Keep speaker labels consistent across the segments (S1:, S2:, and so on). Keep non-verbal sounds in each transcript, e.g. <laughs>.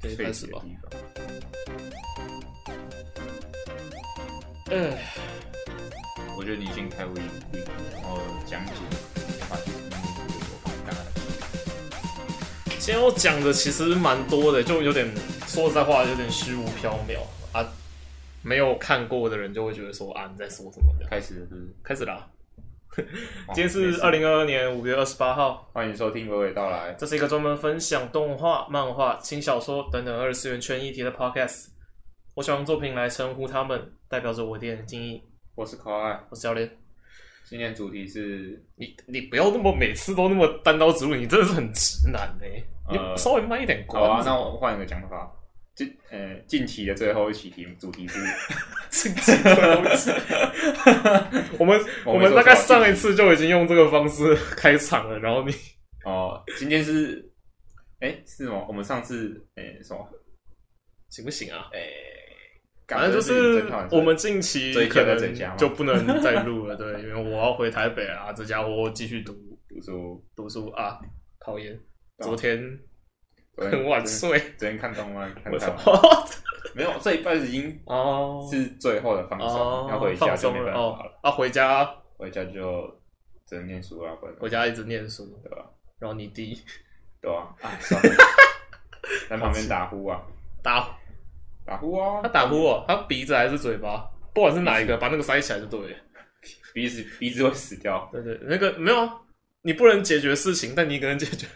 S1: 可以
S2: 废
S1: 开
S2: 弃
S1: 始
S2: 的
S1: 吧。
S2: 地方。
S1: 哎，
S2: 我觉得你已经开为故意，然后讲解把这个故事放大了。
S1: 今天我讲的其实蛮多的，就有点说实在话，有点虚无缥缈啊。没有看过的人就会觉得说啊，你在说什么？这样
S2: 开始了是不是？
S1: 开始啦、
S2: 哦
S1: 今天
S2: 没
S1: 是
S2: 事
S1: 二零二二年五月二十八号，
S2: 欢迎收听娓娓道来，
S1: 这是一个专门分享动画、漫画、轻小说等等二次元圈议题的 podcast。我想用作品来称呼他们，代表着我的眼敬意。
S2: 我是可爱。
S1: 我是教练。
S2: 今天主题是
S1: 你你不要那么每次都那么单刀直入，你真的是很直男哎、
S2: 呃
S1: 你稍微慢一点
S2: 好啊
S1: 关，注。
S2: 那我换一个讲法。近呃近期的最后一期题目主题
S1: <laughs>
S2: 是，
S1: 这几个东西 <laughs> 我们我们大概上一次就已经用这个方式开场了，然后你
S2: 哦，今天是哎、是吗？我们上次哎、什么
S1: 行不行啊？
S2: 哎，
S1: <laughs> 反正就是我们近期
S2: 追
S1: 可
S2: 加再追加
S1: 能
S2: 嘛
S1: 就不能再录
S2: <laughs>
S1: 了，对，因为我要回台北啊，这家伙继续读
S2: 读书
S1: 读书啊，考研，
S2: 哦
S1: 昨天很晚
S2: 昨
S1: 睡，
S2: 天昨天看动漫，看
S1: 我
S2: 到
S1: 操， <laughs>
S2: 没有？这一半已经
S1: 哦，
S2: 是最后的放松，
S1: 哦，
S2: 要回家
S1: 放
S2: 就
S1: 松
S2: 没
S1: 了
S2: 办法了，
S1: 哦，啊，回家
S2: 回家就只能念书啊，不然
S1: 回家一直念书，
S2: 对吧？
S1: 然后你弟
S2: 对啊， <laughs> 啊，算了，在旁边打呼啊，
S1: 打
S2: 打呼啊，
S1: 他打呼哦，他鼻子还是嘴巴，不管是哪一个，把那个塞起来就对了。
S2: 鼻子鼻子会死掉， <laughs>
S1: 对对，那个没有啊，你不能解决事情，但你一个人解决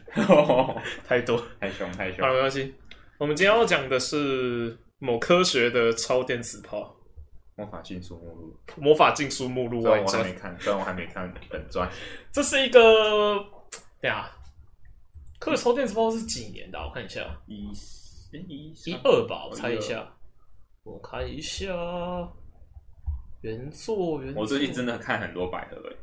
S1: 太多。
S2: 太凶太凶
S1: 好了，，没关系。我们今天要讲的是某科学的超电磁炮
S2: 魔法禁书目录，
S1: 魔法禁书目录
S2: 虽
S1: 外
S2: 然我还
S1: 传
S2: 没，看，虽然我还没看本传，
S1: 这是一个对啊。科学超电磁炮是几年的啊、我看一下，
S2: 一诶一
S1: 一
S2: 三
S1: 二吧，我
S2: 哦
S1: 猜一
S2: 一二
S1: 下，我看一下原作原作。
S2: 我最近真的看很多百合、欸，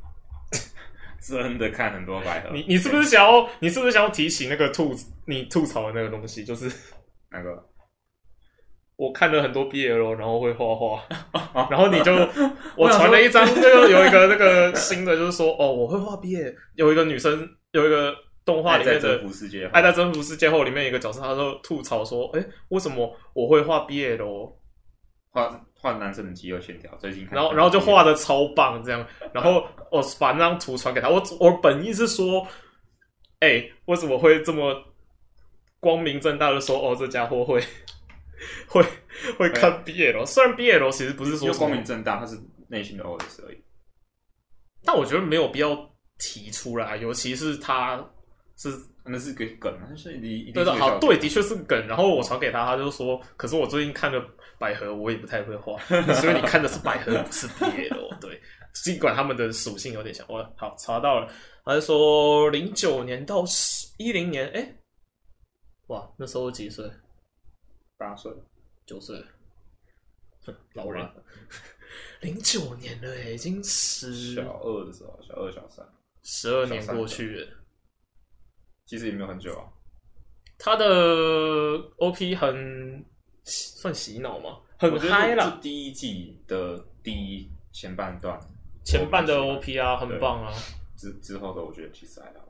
S2: <laughs> 真的看很多百合。
S1: 你你是不是想要你是不是想要提起那个吐你吐槽的那个东西？就是 <laughs>
S2: 那个？
S1: 我看了很多 BL，然后会画画，
S2: 然
S1: 然后你
S2: <laughs>
S1: 就我传了一张，那个有一个那个新的，就是说哦，我会画 BL，有一个女生有一个动画里
S2: 在
S1: 面
S2: 征
S1: 的啊《
S2: 服世界，
S1: 爱在征服世界后》里面有一个角色，他就吐槽说，哎、为什么我会画 BL？
S2: 画画男生的肌肉线条，最近看
S1: 哦然后然后就画的超棒这样，然后我把那张图传给他，我我本意是说，哎、为什么会这么光明正大的说哦，这家伙会 <laughs> 会会看 BL？虽哦然 BL 其实不是
S2: 就
S1: 说什
S2: 光
S1: 么
S2: 明，正大，他是内心的 OS 而已。
S1: 但我觉得没有必要提出来，尤其是他是
S2: 那是个梗，但是你一定
S1: 对
S2: 是
S1: 的，
S2: 个
S1: 好
S2: 笑
S1: 对，的确是梗。然后我传给他，他就说，可是我最近看了百合，我也不太
S2: <laughs>
S1: 会画，所以你看的是百合，不是 BL。对，尽管他们的属性有点像。我好查到了，他就说零九年到一零年，哎、哇，那时候我几岁？
S2: 八岁，
S1: 九岁，哼老人。零九年了、哎已经十
S2: 小二的时候，小二小三，
S1: 十二年
S2: 小三
S1: 过去了。
S2: 其实也没有很久啊。
S1: 他的 OP 很洗算洗脑吗？
S2: 我
S1: 很
S2: 觉
S1: 嗨
S2: 得
S1: 啦
S2: 这，第一季的第一前半段
S1: 前半的
S2: 我蛮喜
S1: OP 啊，很棒啊。
S2: 之之后的，我觉得其实还好。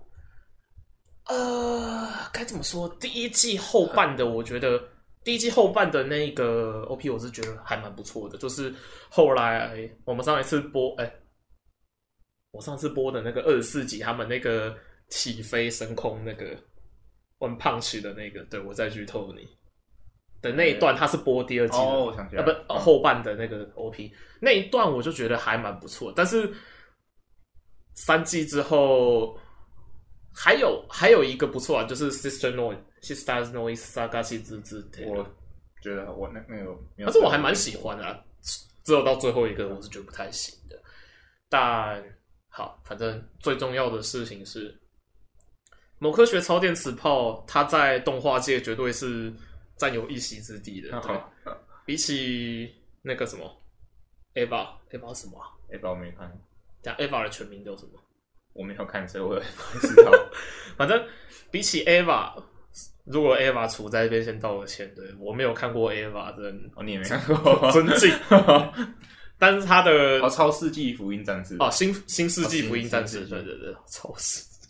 S1: 呃，该怎么说？第一季后半
S2: <laughs>
S1: 的，我觉得第一季后半的那个 OP，我是觉得还蛮不错的。就是后来我们上一次播，哎、我上次播的那个二十四集，他们那个起飞升空那个 One Punch 的那个，对我再剧透你的那一段，它是播第二季的。
S2: 哦，我想起
S1: 啊
S2: 来
S1: 不
S2: 了，，
S1: 呃后半的那个 OP 那一段我就觉得还蛮不错，但是三季之后还有还有一个不错啊，就是 Sister Noise Sister Noise Saga 西之之啊对
S2: 我觉得我那那个没有，
S1: 但是我还蛮喜欢的、啊，只有到最后一个我是觉得不太行的。但好，反正最重要的事情是，某科学超电磁炮，它在动画界绝对是占有一席之地的。对
S2: 好，
S1: 比起那个什么 Ava Ava 是什么、啊？
S2: 哎，不，我没看，
S1: 讲 Ava 的全名叫什么？
S2: 我没有看，所以我也不知道。
S1: <laughs> 反正比起 Ava，如果 Ava 处在这边先道个歉，对我没有看过 Ava，真
S2: 哦，你也没看 <laughs> 过
S1: 尊敬。但是他的
S2: 哦，超世纪福音战士
S1: 哦，，新新世纪
S2: 哦
S1: 福音
S2: 新
S1: 战
S2: 新
S1: <laughs> 士，
S2: 世纪
S1: 对对对，超世纪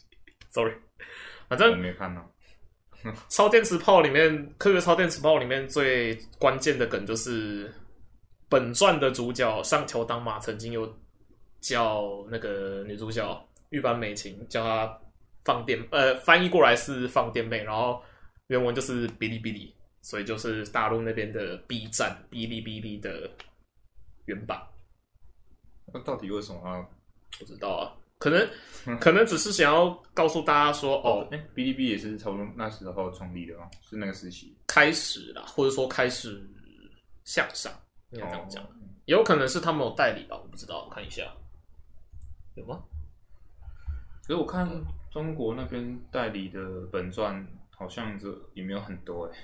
S1: ，sorry，反
S2: 我
S1: 正
S2: 没看呢。哦
S1: 超电磁炮里面，科学超电磁炮里面最关键的梗就是本传的主角上桥当马曾经有叫那个女主角玉坂美琴叫她放电，呃，翻译过来是放电妹，然后原文就是哔哩哔哩，所以就是大陆那边的 B 站哔哩哔哩的原版。
S2: 那到底为什么啊？
S1: 不知道啊，可能可能只是想要告诉大家说，哦，
S2: 哎、哔哩哔哩也是差不多那时候创立的吗？是那个时期？
S1: 开始啦，或者说开始向上，应该这样讲。
S2: 哦
S1: 也有可能是他们有代理吧，我不知道，我看一下有吗？
S2: 可是我看中国那边代理的本传好像这也没有很多哎、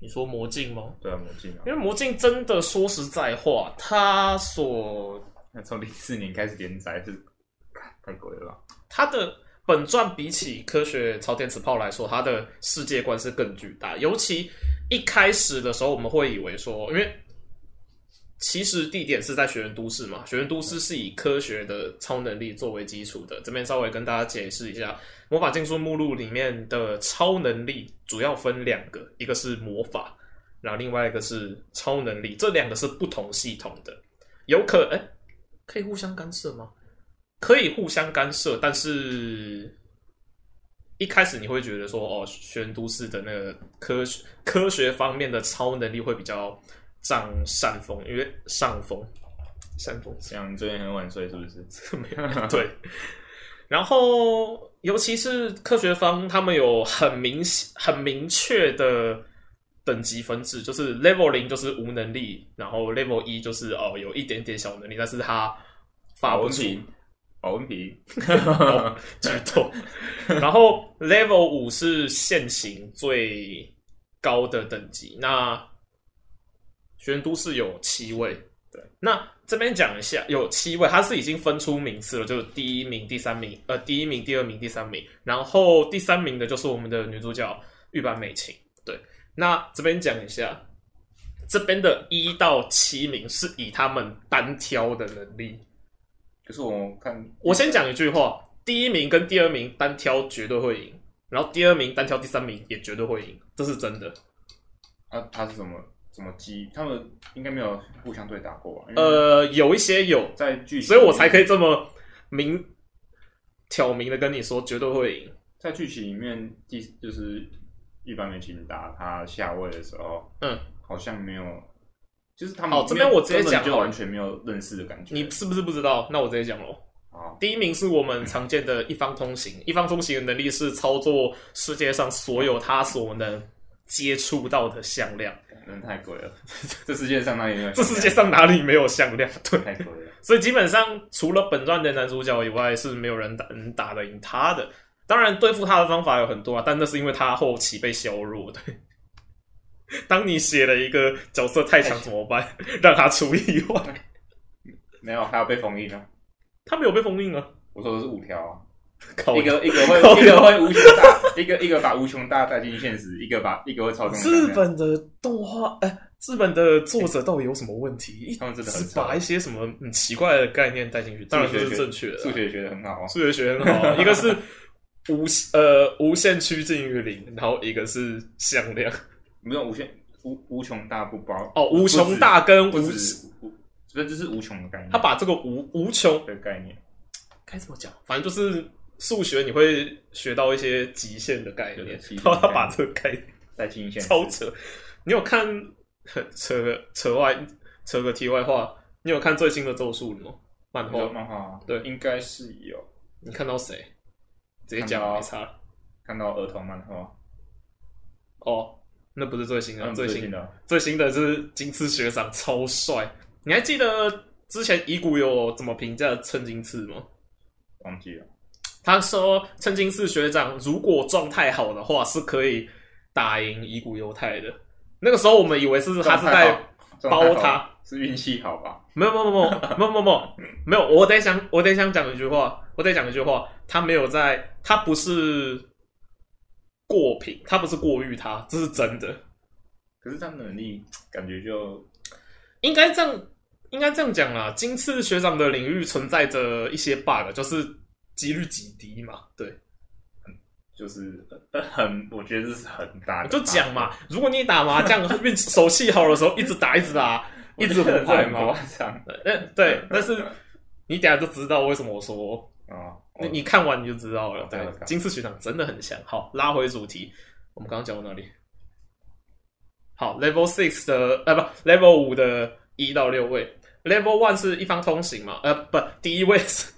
S1: 你说魔镜吗？
S2: 对啊，魔镜啊
S1: 因，为魔镜真的说实在话，它所
S2: 那从零四年开始连载是干太贵了吧？
S1: 它的本传比起科学超电磁炮来说，它的世界观是更巨大。尤其一开始的时候，我们会以为说，因为其实地点是在学院都市嘛，学院都市是以科学的超能力作为基础的。这边稍微跟大家解释一下，《魔法禁书目录》里面的超能力主要分两个，一个是魔法，然后另外一个是超能力，这两个是不同系统的，有可哎、可以互相干涉吗？可以互相干涉，但是一开始你会觉得说，哦，玄都市的那个科学科学方面的超能力会比较占上风，因为上风，上风
S2: 这样你最近很晚睡是不是？
S1: 没
S2: <laughs>
S1: 有对。然后，尤其是科学方，他们有很明显很明确的等级分制，就是 level 零就是无能力，然后 level 一就是哦有一点点小能力，但是他发
S2: 保
S1: 不
S2: 温
S1: 出
S2: 瓶，保温瓶，
S1: <laughs> 举动。然后 Level 五是现行最高的等级，那玄都是有七位。对，那这边讲一下，有七位，它是已经分出名次了，就是第一名、第三名，呃，第一名、第二名、第三名，然后第三名的就是我们的女主角玉坂美琴。对，那这边讲一下。这边的一到七名是以他们单挑的能力，
S2: 可是我看
S1: 我先讲一句话：第一名跟第二名单挑绝对会赢，然后第二名单挑第三名也绝对会赢，这是真的。
S2: 啊，他是怎么怎么击？他们应该没有互相对打过吧？因为
S1: 呃，有一些有，
S2: 在剧情，
S1: 所以我才可以这么明挑明的跟你说绝对会赢。
S2: 在剧情里面，第就是一般美琴打他下位的时候，
S1: 嗯，
S2: 好像没有，就是他们
S1: 哦这边我直接
S2: 根本
S1: 讲
S2: 就
S1: 好了
S2: 完全没有认识的感觉。
S1: 你是不是不知道？那我直接讲喽。
S2: 啊，
S1: 第一名是我们常见的一方通行，一方通行的能力是操作世界上所有他所能接触到的向量。
S2: 人太贵了， <laughs> 这世界上哪里没有？
S1: 这世界上哪里没有向量？对，
S2: 太贵了。
S1: 所以基本上除了本传的男主角以外，是没有人打能打得赢他的。当然，对付他的方法有很多啊，但那是因为他后期被削弱。对， <laughs> 当你写了一个角色太强怎么办？让他出意外，
S2: 没有，还有被封印啊！
S1: 他没有被封印啊。
S2: 我说的是五条啊，
S1: 靠
S2: 一个一个
S1: 靠
S2: 会一个会无穷大，一个一个把无穷大带进现实，一个把一个会操纵能
S1: 日
S2: 量。
S1: 本的动画，哎、日本的作者到底有什么问题？
S2: 他们
S1: 一
S2: 真的很
S1: 直
S2: 扯
S1: 把一些什么很奇怪的概念带进去，当然这
S2: 数学
S1: 是正确的啊、
S2: 数学学的很好啊，
S1: 数学学很好，一个是无呃无限趋近于零，然后一个是向量
S2: 没有无限无无穷大不包
S1: 哦，无穷大跟
S2: 不
S1: 无，
S2: 止无，这就是无穷的概念。
S1: 他把这个无无穷
S2: 的概念，
S1: 该怎么讲？反正就是数学你会学到一些极限的概
S2: 对
S1: 念，
S2: 极
S1: 然
S2: 限
S1: 后他把这个概念
S2: 在进行
S1: 超扯。你有看扯个扯外扯个题外话，你有看最新的《咒术》吗？漫
S2: 你说
S1: 画？
S2: 漫画，
S1: 对
S2: 应该是有
S1: 你看到谁？直接讲
S2: 看到
S1: 没差了
S2: 看到儿童漫画，
S1: 哦，那不是最新的，
S2: 嗯
S1: 啊最新的。
S2: 的
S1: 最新的就是金次学长超帅，你还记得之前乙骨有怎么评价趁金次吗？
S2: 忘记了，
S1: 他说趁金次学长如果状态好的话是可以打赢乙骨犹太的。那个时候我们以为是他是在包
S2: 包
S1: 他，
S2: 是运气好吧？
S1: 没有没有没有没有没有没有没有没有，我得想 <laughs> 我得想讲一句话，我得讲一句话，他没有在，他不是过评，他不是过誉他，这是真的。
S2: 可是他能力感觉就
S1: 应该这样，应该这样讲啦。今次学长的领域存在着一些 bug，就是几率极低嘛。对，
S2: 就是呃很，我觉得这是很大的
S1: 就
S2: 差别
S1: 讲，嘛，如果你打麻 <laughs> 将运气手气好的时候，一直打一直打，一直胡
S2: 很
S1: 牌
S2: 很
S1: 嘛
S2: 夸，张
S1: 呃对，但是你等下就知道为什么我说，
S2: 啊！
S1: 你
S2: 我
S1: 你看完你就知道了。
S2: 我知道
S1: 对
S2: 我知，道
S1: 金翅学长真的很强。好，拉回主题，我们刚刚讲到哪里？好，Level Six 的呃不，Level 五的一到六位，Level One 是一方通行嘛？呃不，第一位是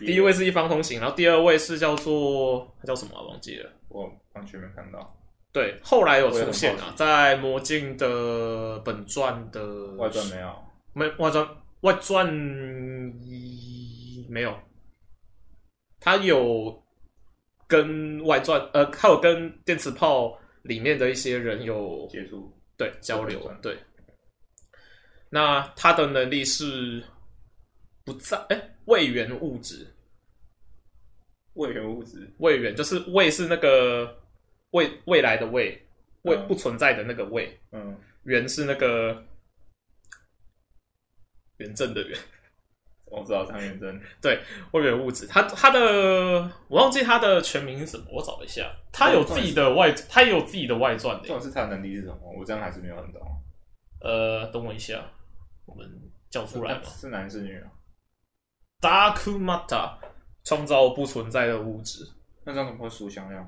S1: 第一位是一方通行，然后第二位是叫做它叫什么啊、忘记了。
S2: 我完全没看到
S1: 对，后来有出现
S2: 我也很
S1: 啊，在《魔镜》的本传的
S2: 外传没有，
S1: 没外传外传没有，他有跟外传呃，他有跟电磁炮里面的一些人有
S2: 结束
S1: 对交流
S2: 本传
S1: 对。那他的能力是不在哎、位元物质，
S2: 未源物质
S1: 未元就是未是那个未未来的未未
S2: 嗯
S1: 不存在的那个未。
S2: 嗯，
S1: 元是那个元正的元，
S2: 我知道汤圆真
S1: 或元物质。他他的我忘记他的全名是什么，我找一下。他有自己的外，他也有自己的外传的
S2: 重。点是他的能力是什么？我这样还是没有很懂。
S1: 呃，等我一下，我们叫出来嘛。
S2: 是男是女啊？
S1: Dakumata 创造不存在的物质。
S2: 那这样怎么会输香料？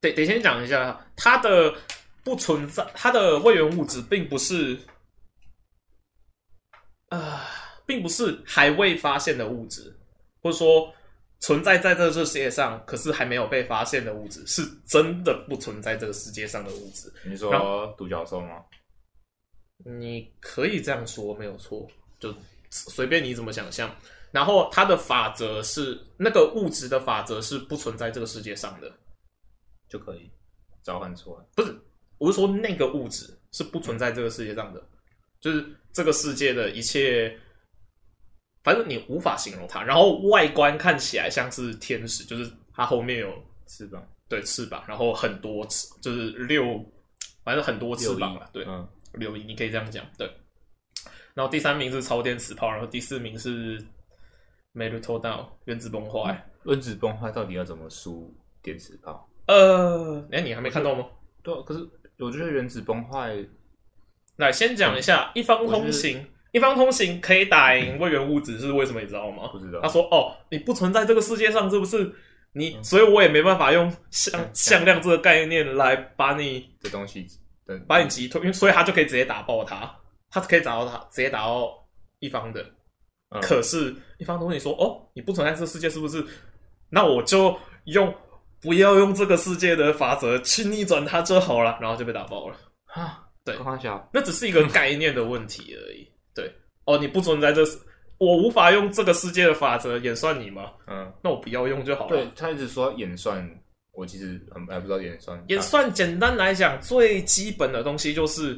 S1: 得得先讲一下，它的不存在，它的位元物质并不是，啊、并不是还未发现的物质，或者说存在在这个世界上，可是还没有被发现的物质，是真的不存在这个世界上的物质。
S2: 你
S1: 然
S2: 说独角兽吗？
S1: 你可以这样说，没有错，就随便你怎么想象。然后它的法则是那个物质的法则是不存在这个世界上的，
S2: 就可以召唤出来。
S1: 我是说那个物质是不存在这个世界上的，就是这个世界的一切，反正你无法形容它。然后外观看起来像是天使，就是它后面有
S2: 翅膀，
S1: 对翅膀，然后很多翅，就是六，反正很多翅膀了。对，
S2: 嗯，
S1: 六翼你可以这样讲。对，然后第三名是超电磁炮，然后第四名是 Metal Down 原子崩坏。
S2: 温子崩坏到底要怎么输电磁炮？
S1: 呃，哎，你还没看到吗？
S2: 对啊、可是我觉得原子崩坏，
S1: 来，先讲一下一方通行。一方通行可以打赢魏源物质是为什么？你知道吗
S2: 不？知道
S1: 他说：“哦，你不存在这个世界上，是不是？你，所以我也没办法用嗯向
S2: 嗯
S1: 向量这个概念来把你
S2: 这东西，等
S1: 把你击退，因为所以他就可以直接打爆他，他可以打到他，直接打到一方的。
S2: 嗯
S1: 可是，一方通行说：哦，你不存在这个世界，是不是？那我就用不要用这个世界的法则去逆转它就好了，然后就被打爆了。”
S2: 啊，
S1: 对
S2: 开玩笑，
S1: 那只是一个概念的问题而已。对，哦，你不存在这世，我无法用这个世界的法则演算你吗？
S2: 嗯，
S1: 那我不要用就好了。
S2: 对，他一直说演算，我其实很还不知道演算，啊
S1: 演算简单来讲，最基本的东西就是，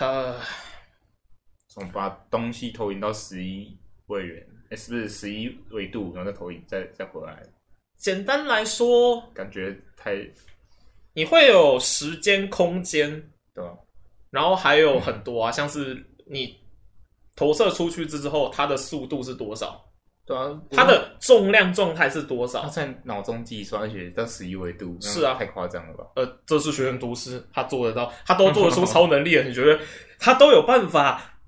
S1: 呃，
S2: 从把东西投影到十一位元，哎、是不是十一维度，然后再投影，再再回来，
S1: 简单来说，
S2: 感觉太
S1: 你会有时间、空间，
S2: 对吧？
S1: 然后还有很多啊，像是你投射出去之后，它的速度是多少，
S2: 对啊，
S1: 它的重量状态是多
S2: 他
S1: 少。
S2: 在脑中计算，而且到十一维度，那
S1: 是啊
S2: 太夸张了吧？
S1: 呃，这是学院都市，他做得到，他都做得出超能力了。你觉得他都有办法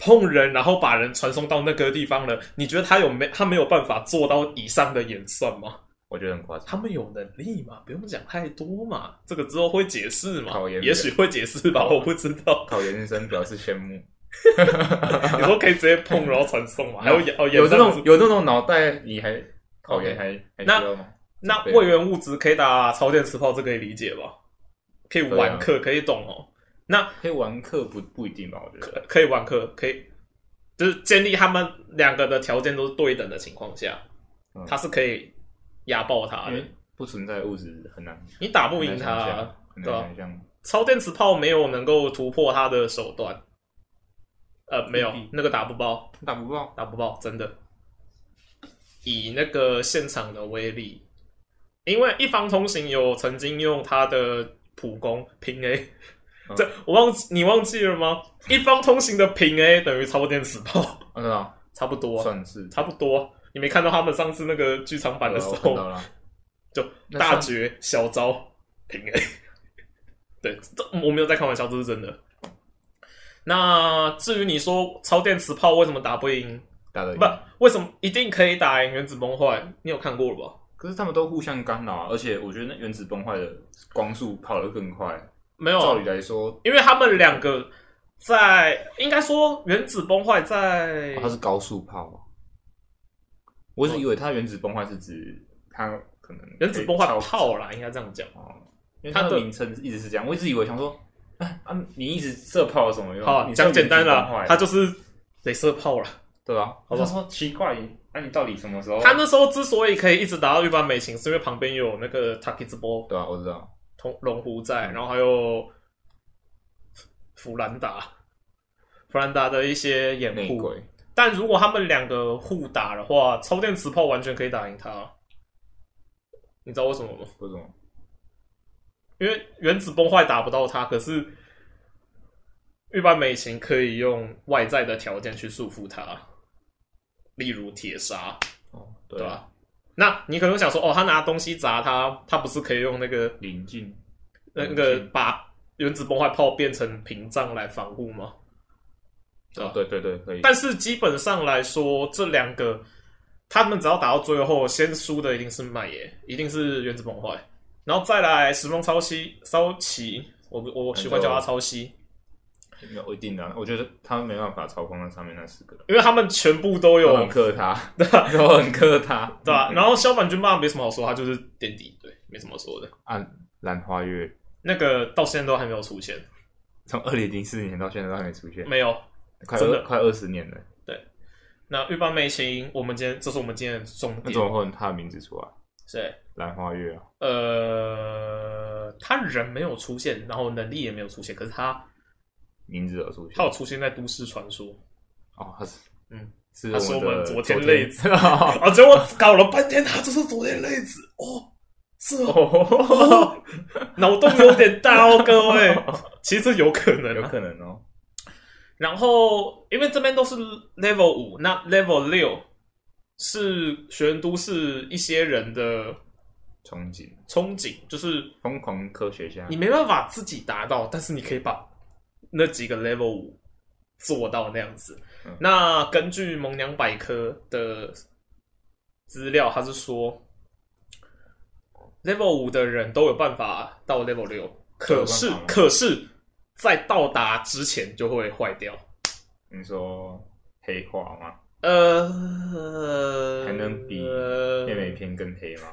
S1: 碰人，然后把人传送到那个地方了？你觉得他有没他没有办法做到以上的演算吗？
S2: 我觉得很夸张。
S1: 他们有能力吗？不用讲太多嘛，这个之后会解释嘛
S2: 考，研
S1: 也许会解释吧，我不知
S2: <laughs>
S1: 道。
S2: 考研究生表示羡慕，
S1: 你说可以直接碰然后传送嘛？还有演哦，演
S2: <laughs> 有这
S1: 算
S2: 种
S1: 是
S2: 有这种脑袋，你还考研
S1: OK
S2: 还还需
S1: 那
S2: 要吗？
S1: 那
S2: 对啊
S1: 位元物质可以打超电磁炮，这可以理解吧？可以玩
S2: 对啊
S1: 客，可以懂哦。
S2: 可以玩课不不一定吧？我觉得
S1: 可可以玩可可以，就是建立他们两个的条件都是对等的情况下
S2: 嗯，
S1: 他是可以压爆他
S2: 因为。
S1: 的
S2: 啊不存在的物质很难
S1: 你打不赢
S2: 很难
S1: 他
S2: 想
S1: 啊、
S2: 象很
S1: 对啊
S2: 难想象。
S1: 超电磁炮没有能够突破他的手段。呃，没有
S2: 嗯，
S1: 那个打不爆，
S2: 打不爆，
S1: 打不爆，真的。以那个现场的威力，因为一方通行有曾经用他的普攻平 A，、
S2: 嗯
S1: 这我忘记你忘记了吗？一方通行的平 A 等于超电磁炮，
S2: 啊，对啊，
S1: 差不多啊，
S2: 算是啊
S1: 差不多。你没看到他们上次那个剧场版的时
S2: 我看
S1: 候，
S2: 到了，
S1: <laughs> 就
S2: 那算
S1: 大绝小招平 A。对，这我没有在开玩笑，这是真的。那至于你说超电磁炮为什么打不赢，
S2: 打的
S1: 不，为什么一定可以打赢原子崩坏？你有看过了吧？
S2: 可是他们都互相干扰啊，而且我觉得那原子崩坏的光速跑得更快。
S1: 没有，啊
S2: 照理来说，
S1: 因为他们两个在应该说原子崩坏在
S2: 它哦是高速炮啊。我一直以为它原子崩坏是指它可能
S1: 哦原子崩坏
S2: 可以超
S1: 炮啦，应该这样讲。
S2: 哦，因为
S1: 它
S2: 它的
S1: 的
S2: 名称一直是这样，我一直以为想说，啊，啊你一直射炮有什么用？
S1: 好，
S2: 啊你
S1: 讲简单
S2: 了
S1: 了，，它就是镭射炮了。
S2: 对吧？
S1: 好吧
S2: 我想说奇怪，那你到底什么时候？
S1: 他那时候之所以可以一直打到日版美琴，是因为旁边有那个 Taki 直播
S2: 对啊，我知道，
S1: 同龙湖
S2: 嗯
S1: 在，然后还有弗兰达，弗兰达的一些掩
S2: 内
S1: 护。
S2: 鬼
S1: 但如果他们两个互打的话，超电磁炮完全可以打赢他。你知道为什么吗？
S2: 为什么？
S1: 因为原子崩坏打不到他，可是日版美琴可以用外在的条件去束缚他，例如铁砂，
S2: 哦，
S1: 对
S2: 对
S1: 吧、
S2: 啊，
S1: 那你可能会想说，哦，他拿东西砸他，他不是可以用那个
S2: 临近
S1: 那个把原子崩坏炮变成屏障来防护吗？对吧
S2: 哦，对对对，可以。
S1: 但是基本上来说，这两个他们只要打到最后，先输的一定是麦耶，一定是原子崩坏，然后再来时风抄袭烧奇，我不我喜欢叫他抄袭，
S2: 没有一定的啊，我觉得他没办法操控那上面那四个人，
S1: 因为他们全部都
S2: 都
S1: 有
S2: 很，克他，
S1: <laughs>
S2: 都很克他，
S1: 啊对啊吧、然后萧板军霸没什么好说，他就是垫底，对，没什么好说的。
S2: 按啊兰花月
S1: 那个到现在都还没有出现，
S2: 从二零零四年到现在都还没出现，
S1: 没有。
S2: 快
S1: 真的
S2: 二快二十年了，
S1: 那欲罢美琴，我们今天这是我们今天的重
S2: 那怎么
S1: 点，
S2: 会有他的名字出来？
S1: 对，
S2: 兰花月啊，
S1: 呃，他人没有出现，然后能力也没有出现，可是他
S2: 名字有出现
S1: 他有出现在都市传说，
S2: 哦，他是
S1: <laughs> 嗯，
S2: 是
S1: 他是
S2: 我
S1: 我们
S2: 的昨
S1: 昨天累
S2: <laughs> 子
S1: 啊，结果搞了半天，他就是昨天累子哦，是哦，
S2: 哦，
S1: 脑洞有点大哦，各位，其实有可能、
S2: 有
S1: 啊。
S2: 可能哦，
S1: 然后因为这边都是 level 五，那 level 六是学员都市一些人的
S2: 憧憬
S1: 憧憬，就是
S2: 疯狂科学家
S1: 你没办法自己达到，但是你可以把那几个 level 五做到那样子。
S2: 嗯
S1: 那根据萌娘百科的资料，它是说 level 五的人都有办法到 level 六，
S2: 都有
S1: 可
S2: 办法
S1: 是
S2: 吗
S1: 可是在到达之前就会坏掉。
S2: 你说黑化吗？
S1: 呃，
S2: 还能比
S1: 呃
S2: 妹妹篇更黑吗？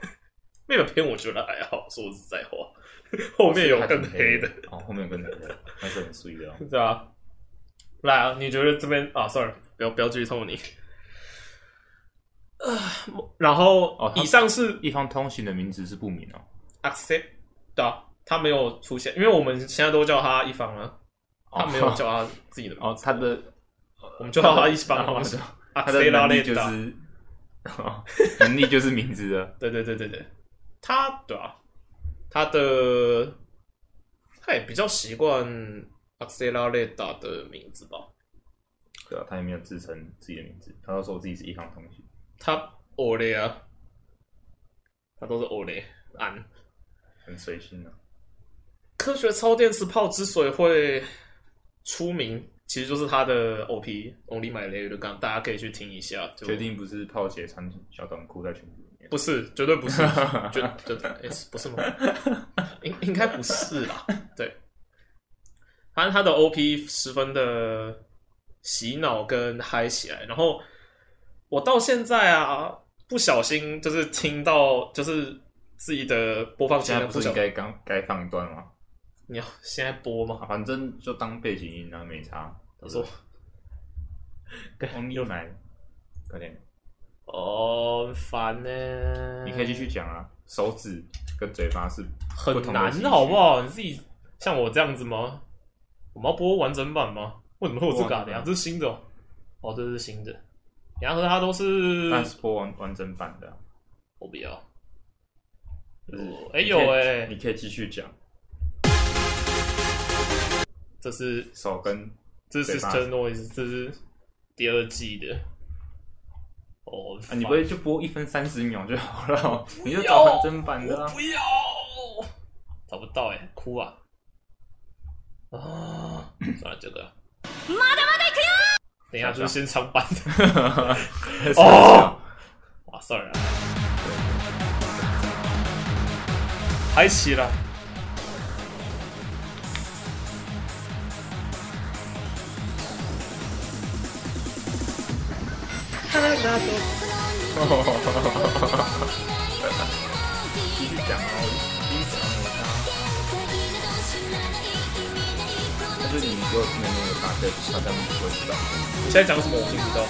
S1: 妹妹篇我觉得还好，说实在话， <laughs> 后面 <laughs> 有更黑的。
S2: 哦，后面有更黑的，那是很碎的
S1: <laughs>
S2: 哦。
S1: 对啊，来啊，你觉得这边啊？Sorry，不要不要剧透你。啊，然后、
S2: 哦他
S1: 以上是
S2: 一方通行的名字是不明哦，
S1: accept 的、啊，他没有出现，因为我们现在都叫他一方啊，他没有叫他自己的名
S2: 哦，他的
S1: 我们就叫他一方
S2: 他
S1: 好
S2: 的
S1: 了。
S2: 他的
S1: accept
S2: 能
S1: la
S2: 力就
S1: leta，
S2: 是哦能力就是名字的，
S1: 对对对对对，他对啊，他的他也比较习惯 accept la leta 的名字吧。
S2: 对啊，他也没有自称自己的名字，他都说自己是一方通行。
S1: 他 ole 啊，他都是 ole 安。
S2: 很随性啊。
S1: 科学超电磁炮之所以会出名，其实就是它的 OP Only My Layer 的 Gun，大家可以去听一下。就
S2: 决定不是泡鞋穿小短裤在裙子里面，
S1: 不是，绝对
S2: <laughs>
S1: 不是，绝绝诶是不是吗？应应该不是啦。对，反正它的 OP 十分的洗脑跟嗨起来，然后我到现在啊，不小心就是听到就是自己的播放
S2: 现
S1: 清
S2: 在
S1: 单，
S2: 不
S1: 不
S2: 是
S1: 小
S2: 应该刚该放一段吗？
S1: 你要现在播吗？
S2: 啊反正就当背景音啊，没差。
S1: 我说。
S2: 红牛奶，快点，
S1: 哦，很烦呢、
S2: 你可以继续讲啊。手指跟嘴巴是不
S1: 很
S2: 同的
S1: 难
S2: 情，绪
S1: 好不好？你自己像我这样子吗？我们要播完整版吗？为什么会有这个、啊？
S2: 播完整版
S1: 等一下这是新的哦，哦，这是新的。然后它都是
S2: 但是播完完整版的啊，
S1: 我不要，
S2: 就是
S1: 哦
S2: 你可
S1: 哎
S2: 以
S1: 有哎
S2: 你可以继续讲。
S1: 这是
S2: 手跟啊
S1: 这是
S2: 对吧
S1: Sister Noise，这是第二季的。
S3: 哦，
S2: 啊，你不会就播一分三十秒就好了？哦你就
S3: 不
S2: 找
S3: 要
S2: 完整版的
S3: 我
S2: 啊。
S3: 不要，找不到哎、哭啊！ <coughs> 啊，算了，这个。等一下，就是先唱版
S1: <laughs>
S3: 的。
S2: <laughs>
S3: 哦哇，算
S1: 啊
S3: 了，嗨起了。
S2: 一讲哦，一讲哦，他就是你给我听的那个大概，大概你不会知道。
S1: 你现在讲什么我听不到。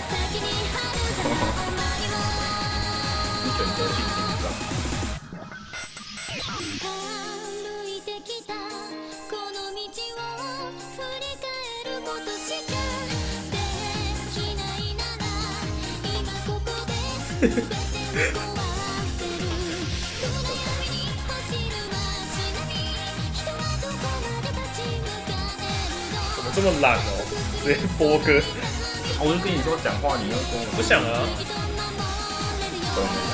S2: 你选择性听不到，
S1: 怎么这么懒哦？直接播歌，
S2: 我就跟你说讲话，你又跟我
S1: 不想啊。
S2: 都没有。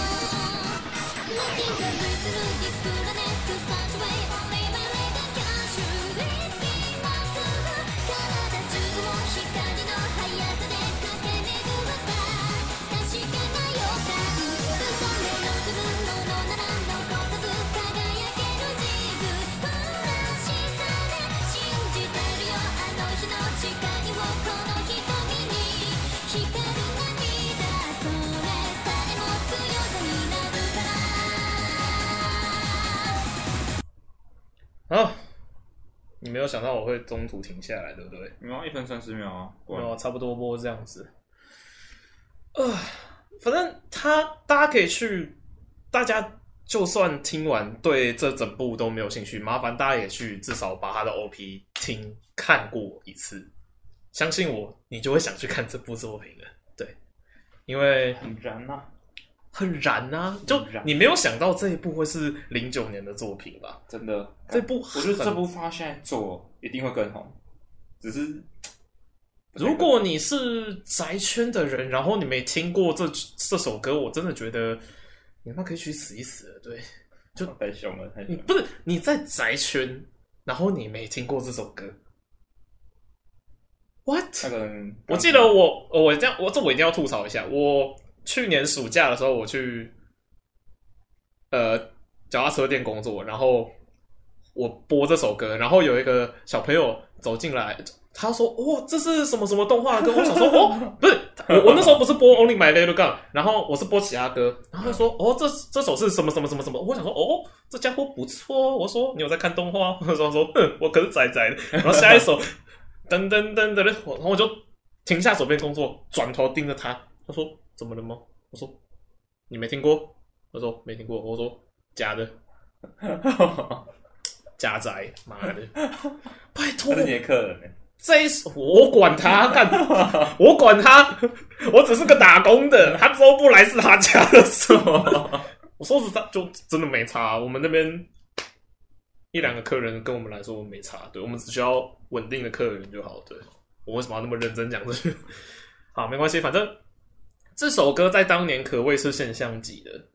S1: 啊，你没有想到我会中途停下来，对不对？
S2: 你要一分三十秒啊，果
S1: 没有
S2: 然
S1: 啊，差不多播这样子。呃，反正他大家可以去，大家就算听完对这整部都没有兴趣，麻烦大家也去至少把他的 OP 听看过一次，相信我，你就会想去看这部作品的。对，因为
S2: 很燃呐、
S1: 很燃啊，就
S2: 很燃
S1: 你没有想到这一部会是零九年的作品吧？
S2: 真的。
S1: 这部
S2: 哎我觉得这
S1: 很
S2: 部发现在做一定会更红，只是
S1: 如果你是宅圈的人，然后你没听过这这首歌，我真的觉得你他妈可以去死一死了。对就
S2: 太凶了，太
S1: 你
S2: 凶了。
S1: 不是你在宅圈，然后你没听过这首歌，what？
S2: 那个人，
S1: 我记得我我这样我这我一定要吐槽一下，我去年暑假的时候我去呃脚踏车店工作，然后我播这首歌，然后有一个小朋友走进来，他说：“哇，这是什么什么动画的歌？”我想说：“哦，不是我我那时候不是播 Only My Little Gun，然后我是播其他歌，然后他说：‘哦，这这首是什么什么什么什么？’我想说：‘哦，这家伙不错。’我说：‘你有在看动画？’ <laughs> 我说：‘说哼，我可是仔仔的。’然后下一首噔噔噔噔，我然后我就停下手边工作，转头盯着他，他说：‘怎么了吗？’我说：‘你没听过？’他说：‘没听过。’我说：‘假的。’家宅，妈的，拜托
S2: 他，是你的客人呢、
S1: 这一首我管他干， <laughs> 我管他，我只是个打工的，他之后不来是他家的事。 <laughs> 我说实在，就真的没差，我们那边一两个客人跟我们来说我们没差，对我们只需要稳定的客人就好。对我为什么要那么认真讲这句？好，没关系，反正这首歌在当年可谓是现象级的，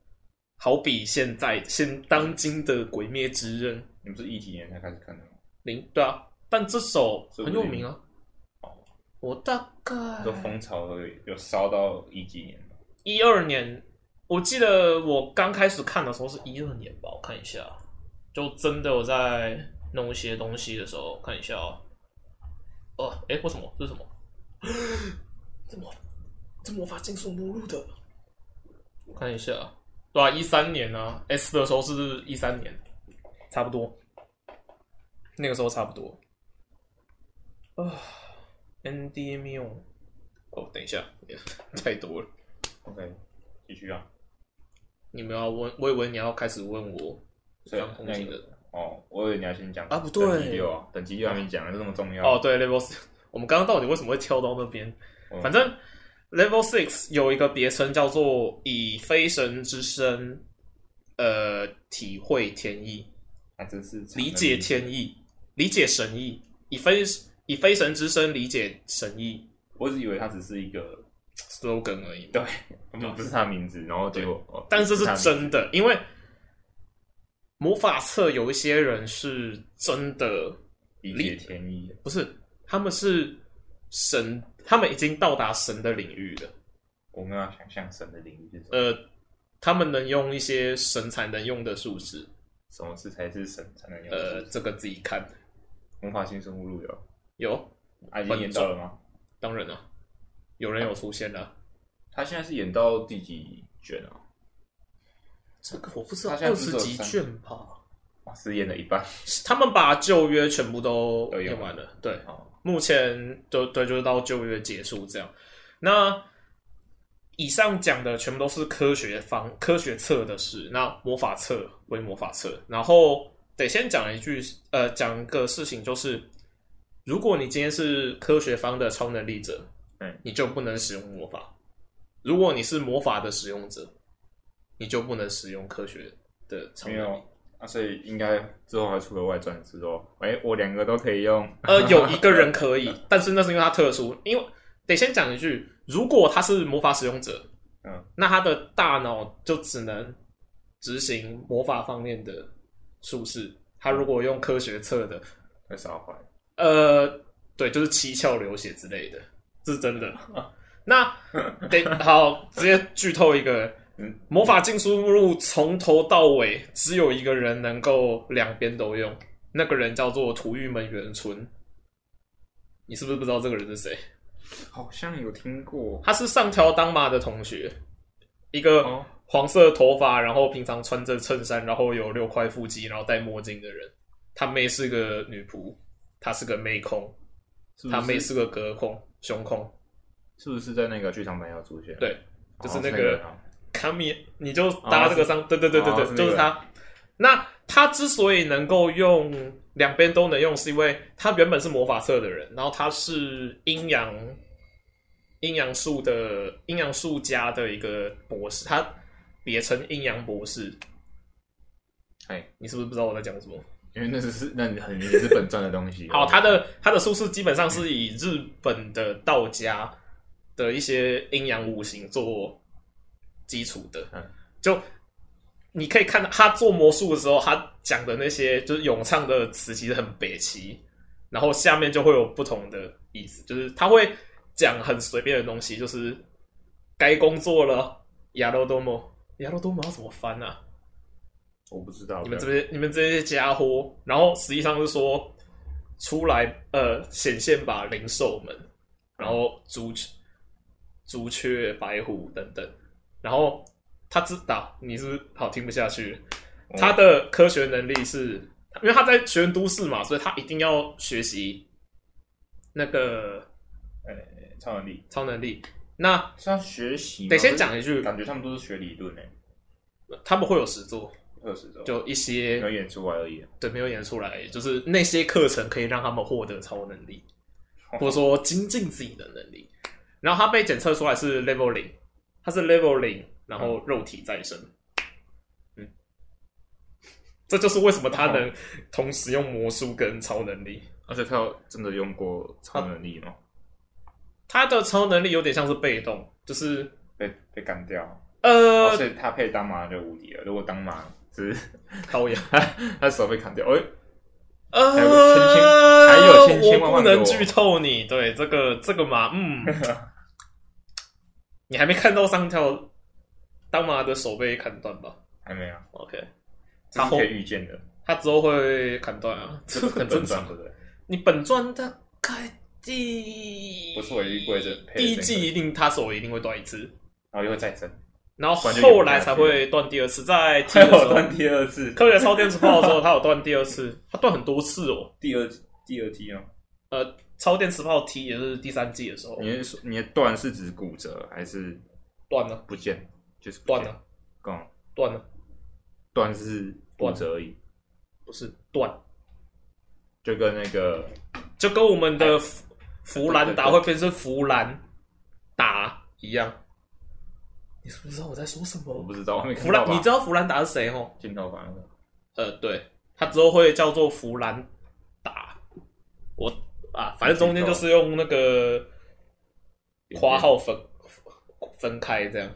S1: 好比现在现当今的《鬼灭之刃》。
S2: 你不是一几年才开始看的吗？
S1: 零对啊，但这首
S2: 是不
S1: 很
S2: 是
S1: 有名啊。我大概
S2: 这风潮有有烧到一几年吗？
S1: 一二年，我记得我刚开始看的时候是一二年吧，我看一下，就真的我在弄一些东西的时候看一下哦。哦，哎，为什么？这是什么？ <gasps> 这魔这魔法竞速目录的，我看一下，对啊，一三年啊，S 的时候是一三年，差不多，那个时候差不多。啊、n d m u 哦，等一下， <laughs> 太多了。
S2: OK，继续啊。
S1: 你们要问，我以为你要开始问我
S2: 所以
S1: 刚攻
S2: 那
S1: 击
S2: 个
S1: 的
S2: 哦，我以为你要先讲
S1: 啊不对
S2: 等级六啊，等级六还没讲，这么重要
S1: 哦，，对，Level Six，我们刚刚到底为什么会跳到那边？
S2: 嗯
S1: 反正 Level Six 有一个别称叫做以非神之身，呃，体会天意，
S2: 还真是长的
S1: 理解天意，理解神意，以非以非神之身理解神意。
S2: 我只以为它只是一个
S1: slogan 而已嘛。
S2: 对我们不是他的名字，然后结果，哦
S1: 但这是
S2: 不他的名字
S1: 真的，因为魔法册有一些人是真的
S2: 理解天意的，
S1: 不是，他们是神，他们已经到达神的领域了。
S2: 我没有办法想象神的领域是什么，
S1: 呃，他们能用一些神才能用的术式，
S2: 什么事才是神才能用
S1: 呃，
S2: 的？
S1: 这个自己看。
S2: 魔法新生物路有，
S1: 有，
S2: 啊，已经演到了吗？
S1: 当然了，有人有出现了。
S2: 他现在是演到第几卷啊？
S1: 这个我不知道，
S2: 他现在
S1: 二
S2: 不是
S1: 十
S2: 有
S1: 几
S2: 三
S1: 卷吧？
S2: 哇，是演了一半
S1: 他们把旧约全部都
S2: 都用
S1: 用完了，对。
S2: 哦，
S1: 目前就对，就是到九月结束这样。那以上讲的全部都是科学方科学册的事，那魔法册为魔法册。然后得先讲一句，呃，讲一个事情，就是如果你今天是科学方的超能力者，
S2: 嗯，
S1: 你就不能使用魔法；如果你是魔法的使用者，你就不能使用科学的超
S2: 没
S1: 能力
S2: 有。啊，所以应该之后还出个外传之后，哎、我两个都可以用，
S1: 呃，有一个人可以，但是那是因为他特殊，因为得先讲一句，如果他是魔法使用者，
S2: 嗯，
S1: 那他的大脑就只能执行魔法方面的术式。他如果用科学测的，
S2: <laughs> 会烧坏。
S1: 呃，对，就是七窍流血之类的，这是真的。 <laughs> 那得好，直接剧透一个
S2: 嗯，
S1: 魔法禁书目录从头到尾只有一个人能够两边都用，那个人叫做土御门元春。你是不是不知道这个人是谁？
S2: 好像有听过
S1: 他是上条当麻的同学，一个
S2: 哦，
S1: 黄色头发，然后平常穿着衬衫，然后有六块腹肌，然后戴墨镜的人。他妹是个女仆，她是个妹控，
S2: 是
S1: 他
S2: 不
S1: 妹
S2: 是
S1: 是个隔空胸控，
S2: 是不是在那个剧场版要出现？
S1: 对
S2: 哦，
S1: 就是那
S2: 那
S1: 个
S2: 啊
S1: 卡米，你就搭这个上，对对对对
S2: 哦哦是
S1: 对，
S2: 那个
S1: 就是他。那他之所以能够用两边都能用，是因为他原本是魔法册的人，然后他是阴阳阴阳术的阴阳术家的一个博士，他别称阴阳博士。
S2: 哎，
S1: 你是不是不知道我在讲什么？
S2: 因为那只是那很明显是本传的东西。
S1: <laughs> 好，他的他的术式基本上是以日本的道家的一些阴阳五行做基础的
S2: 嗯，
S1: 就你可以看到他做魔术的时候，他讲的那些就是咏唱的词其实很北齐，然后下面就会有不同的意思，就是他会讲很随便的东西，就是该工作了，亚罗多摩，亚罗多摩要怎么翻啊？
S2: 我不知道，
S1: 你们这
S2: 边
S1: 边你们这些家伙，然后实际上是说出来呃显现吧灵兽们，然后朱雀朱雀白虎等等，然后他知道你是不是好听不下去了，他的科学能力是因为他在学都市嘛，所以他一定要学习那个
S2: 呃超能力
S1: 超能力。那
S2: 是要学习吗，
S1: 得先讲一句，
S2: 感觉他们都是学理论诶，
S1: 他们会有实作，
S2: 二十周
S1: 就一
S2: 没有
S1: 些
S2: 演出来而已。
S1: 对没有演出来，就是那些课程可以让他们获得超能力。或者说精进自己的能力。然后他被检测出来是 level 零，他是 level 零，然后肉体再生。嗯
S2: 嗯，
S1: 这就是为什么他能同时用魔术跟超能力。
S2: 而且他有真的用过超能力
S1: 啊
S2: 吗？
S1: 他的超能力有点像是被动，就是
S2: 被被干掉，
S1: 呃
S2: 哦，所以他配当麻就无敌了。如果当麻只是 <laughs>
S1: 讨厌。
S2: 他手被砍掉，哎，
S1: 呃，
S2: 还有千千还有千千万
S1: 我
S2: 万哦
S1: 不
S2: 个
S1: 能
S2: 我
S1: 剧透你，对这个这个嘛，嗯， <laughs> 你还没看到上条当麻的手被砍断吧
S2: 还没啊有，
S1: ？OK，
S2: 这是可以预见 <laughs> 的，
S1: 他之后会砍断啊，这个很正常
S2: 对。不对？
S1: <laughs> 你本传大概第
S2: 不是我一柜子配的
S1: 第一
S2: 那个
S1: 季一定他手一定会断一次，
S2: 然后又会再生，
S1: 然后
S2: 不然就演
S1: 后
S2: 不下去
S1: 来才会断第二次，在 T
S2: <laughs> 还
S1: 的时
S2: 有
S1: <laughs> 候，
S2: 断第二次，
S1: 科学超电磁炮的时候他有断第二次，他断很多次哦。
S2: 第二第二季哦。
S1: 呃，超电磁炮 T 也就是第三季的时候
S2: 你是说你的断是指骨折还是
S1: 断了，
S2: 不见？就是不见
S1: 断，了，
S2: 刚
S1: 断了，
S2: 断是骨折而已，
S1: 不是断，
S2: 就跟那个
S1: 就跟我们的弗弗兰达会变成弗兰达一样。你是不是知道我在说什
S2: 我
S1: 么？
S2: 不知道，我没看
S1: 弗
S2: 到
S1: 兰，
S2: 吧
S1: 你知道弗兰达是谁哦？
S2: 金头发那个
S1: 呃，对，它之后会叫做弗兰达。我啊，反正中间就是用那个括号分分开这样。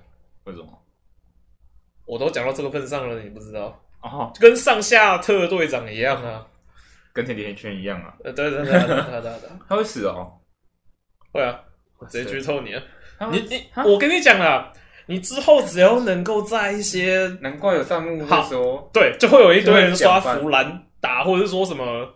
S2: 为什么？
S1: 我都讲到这个份上了，你不知道，
S2: 哦，
S1: 跟上下特队长一样啊。
S2: 跟甜甜圈一样啊，
S1: 呃， <laughs> 对对对对对对对对，
S2: 他会死哦。
S1: <laughs> 会啊，我直接剧透你啊。
S2: 他
S1: 你你，
S2: 哈
S1: 我跟你讲啦，你之后只要能够在一些
S2: 难怪有弹幕会说
S1: 对，就会有一堆人刷
S2: 就会讲翻
S1: 弗兰达，或者是说什么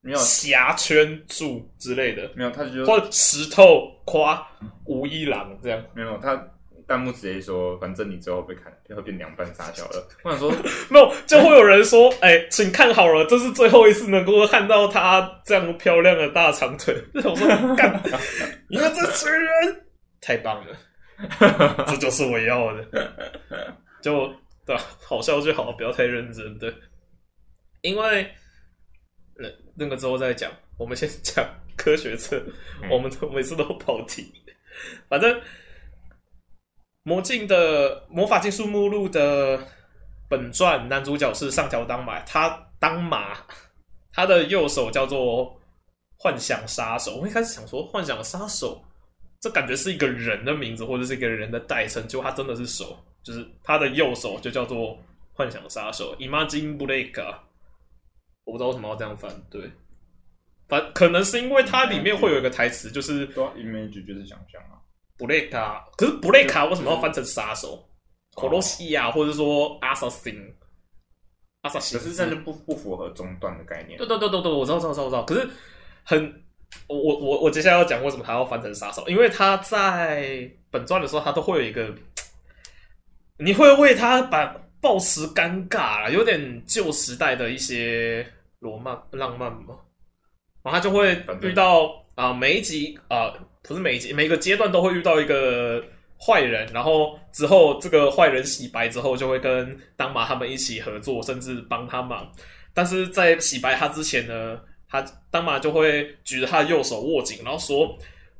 S2: 没有
S1: 侠圈柱之类的，
S2: 没有，他就
S1: 或者石头夸吴一郎这样。
S2: 没有他。弹幕直接说，反正你之后被砍，会变凉拌沙小了。我想 <laughs> 说，
S1: 没有，就会有人说：“哎、请看好了，这是最后一次能够看到她这样漂亮的大长腿。” <laughs> 我说：“干，你们这群人太棒了，这就是我要的。就”对吧、好笑就好，不要太认真。对，因为那那个之后再讲，我们先讲科学册，
S2: 嗯
S1: 我们都每次都跑题，反正。魔镜的魔法禁术目录的本传男主角是上条当马，他当马，他的右手叫做幻想杀手。我一开始想说幻想杀手，这感觉是一个人的名字或者是一个人的代称，结果他真的是手，就是他的右手就叫做幻想杀手 （Imagine Blake）。我不知道为什么要这样翻，对，反可能是因为它里面会有一个台词，就是
S2: 说啊 image 就是想象啊，
S1: 布雷卡，可是布雷卡为什么要翻成杀手？
S2: 哦
S1: 克罗西亚或者说 assassin，assassin，
S2: 可是这样就不不符合中断的概念
S1: 对。对对对对，我知道知道知道知道。可是很，我我我我接下来要讲为什么他要翻成杀手，因为他在本传的时候，他都会有一个，你会为他把抱持尴尬啦，有点旧时代的一些罗曼浪漫嘛，然后他就会遇到啊、每一集啊、不是每一集，每一个阶段都会遇到一个。坏人，然后之后这个坏人洗白之后，就会跟当马他们一起合作，甚至帮他忙。但是在洗白他之前呢，他当马就会举着他的右手握紧，然后说，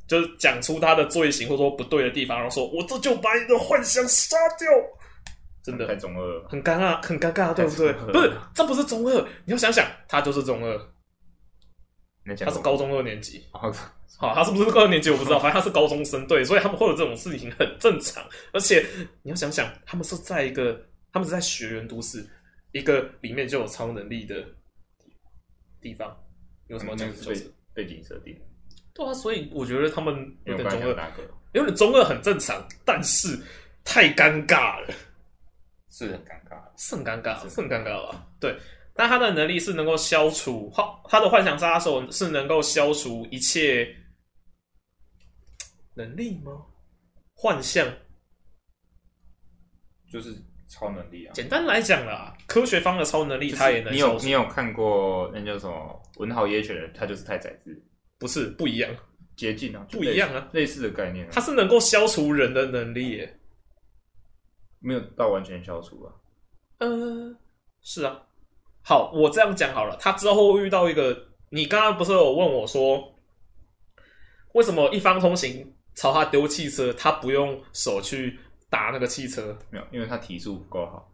S1: 就是讲出他的罪行或者说不对的地方，然后说我这就把你的幻想杀掉，真的
S2: 太中二了。
S1: 很尴尬，很尴尬，对不对
S2: 太中二？了
S1: 不是，这不是中二，你要想想，他就是中二，
S2: 你讲
S1: 他是高中二年级。
S2: 哦
S1: 好，他是不是高二年级我不知道，反正他是高中生，对，所以他们会有这种事情很正常。而且你要想想，他们是在一个，他们是在学园都市，一个里面就有超能力的地方，有什么讲
S2: 那
S1: 的
S2: 个
S1: 就是是
S2: 背背景设定，
S1: 对啊，所以我觉得他们
S2: 因
S1: 有
S2: 为
S1: 点
S2: 我刚
S1: 中
S2: 才讲
S1: 二，
S2: 那个
S1: 有点中二很正常，但是太尴尬了。
S2: 是很尴尬。
S1: 是很尴尬，啊
S2: 是
S1: 是很尴尬吧？对，但他的能力是能够消除，他他的幻想杀手是能够消除一切能力吗？幻象，
S2: 就是超能力啊。
S1: 简单来讲啦，科学方的超能力他也能
S2: 你
S1: 消
S2: 有
S1: 除，
S2: 你有看过那叫什么《文豪野犬》？他就是太宰治，
S1: 不是不一样，
S2: 接近啊，
S1: 不一样啊，
S2: 类似的概念啊，
S1: 他是能够消除人的能力耶。
S2: 没有到完全消除啊。
S1: 呃，是啊。好，我这样讲好了。他之后会遇到一个，你刚刚不是有问我说，为什么一方通行朝他丢汽车，他不用手去打那个汽车？
S2: 没有，因为他体术不够好。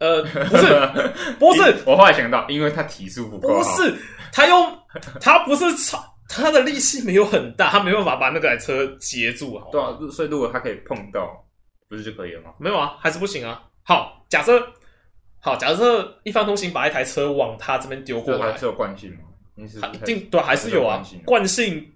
S1: 呃，不
S2: <laughs>
S1: 是，不
S2: 不
S1: 是，
S2: 我后来想到，因为他体术不够
S1: 不
S2: 好。
S1: 是，他用他不是朝他的力气没有很大，他没办法把那个台车截住，好吗
S2: 对啊，所以如果他可以碰到，不是就可以了吗？
S1: 没有啊，还是不行啊。好，假设好，假设一方通行把一台车往他这边丢过
S2: 这还
S1: 来
S2: 是，有惯性吗？你是
S1: 它一定对啊、还是有啊
S2: 还是有，
S1: 惯性、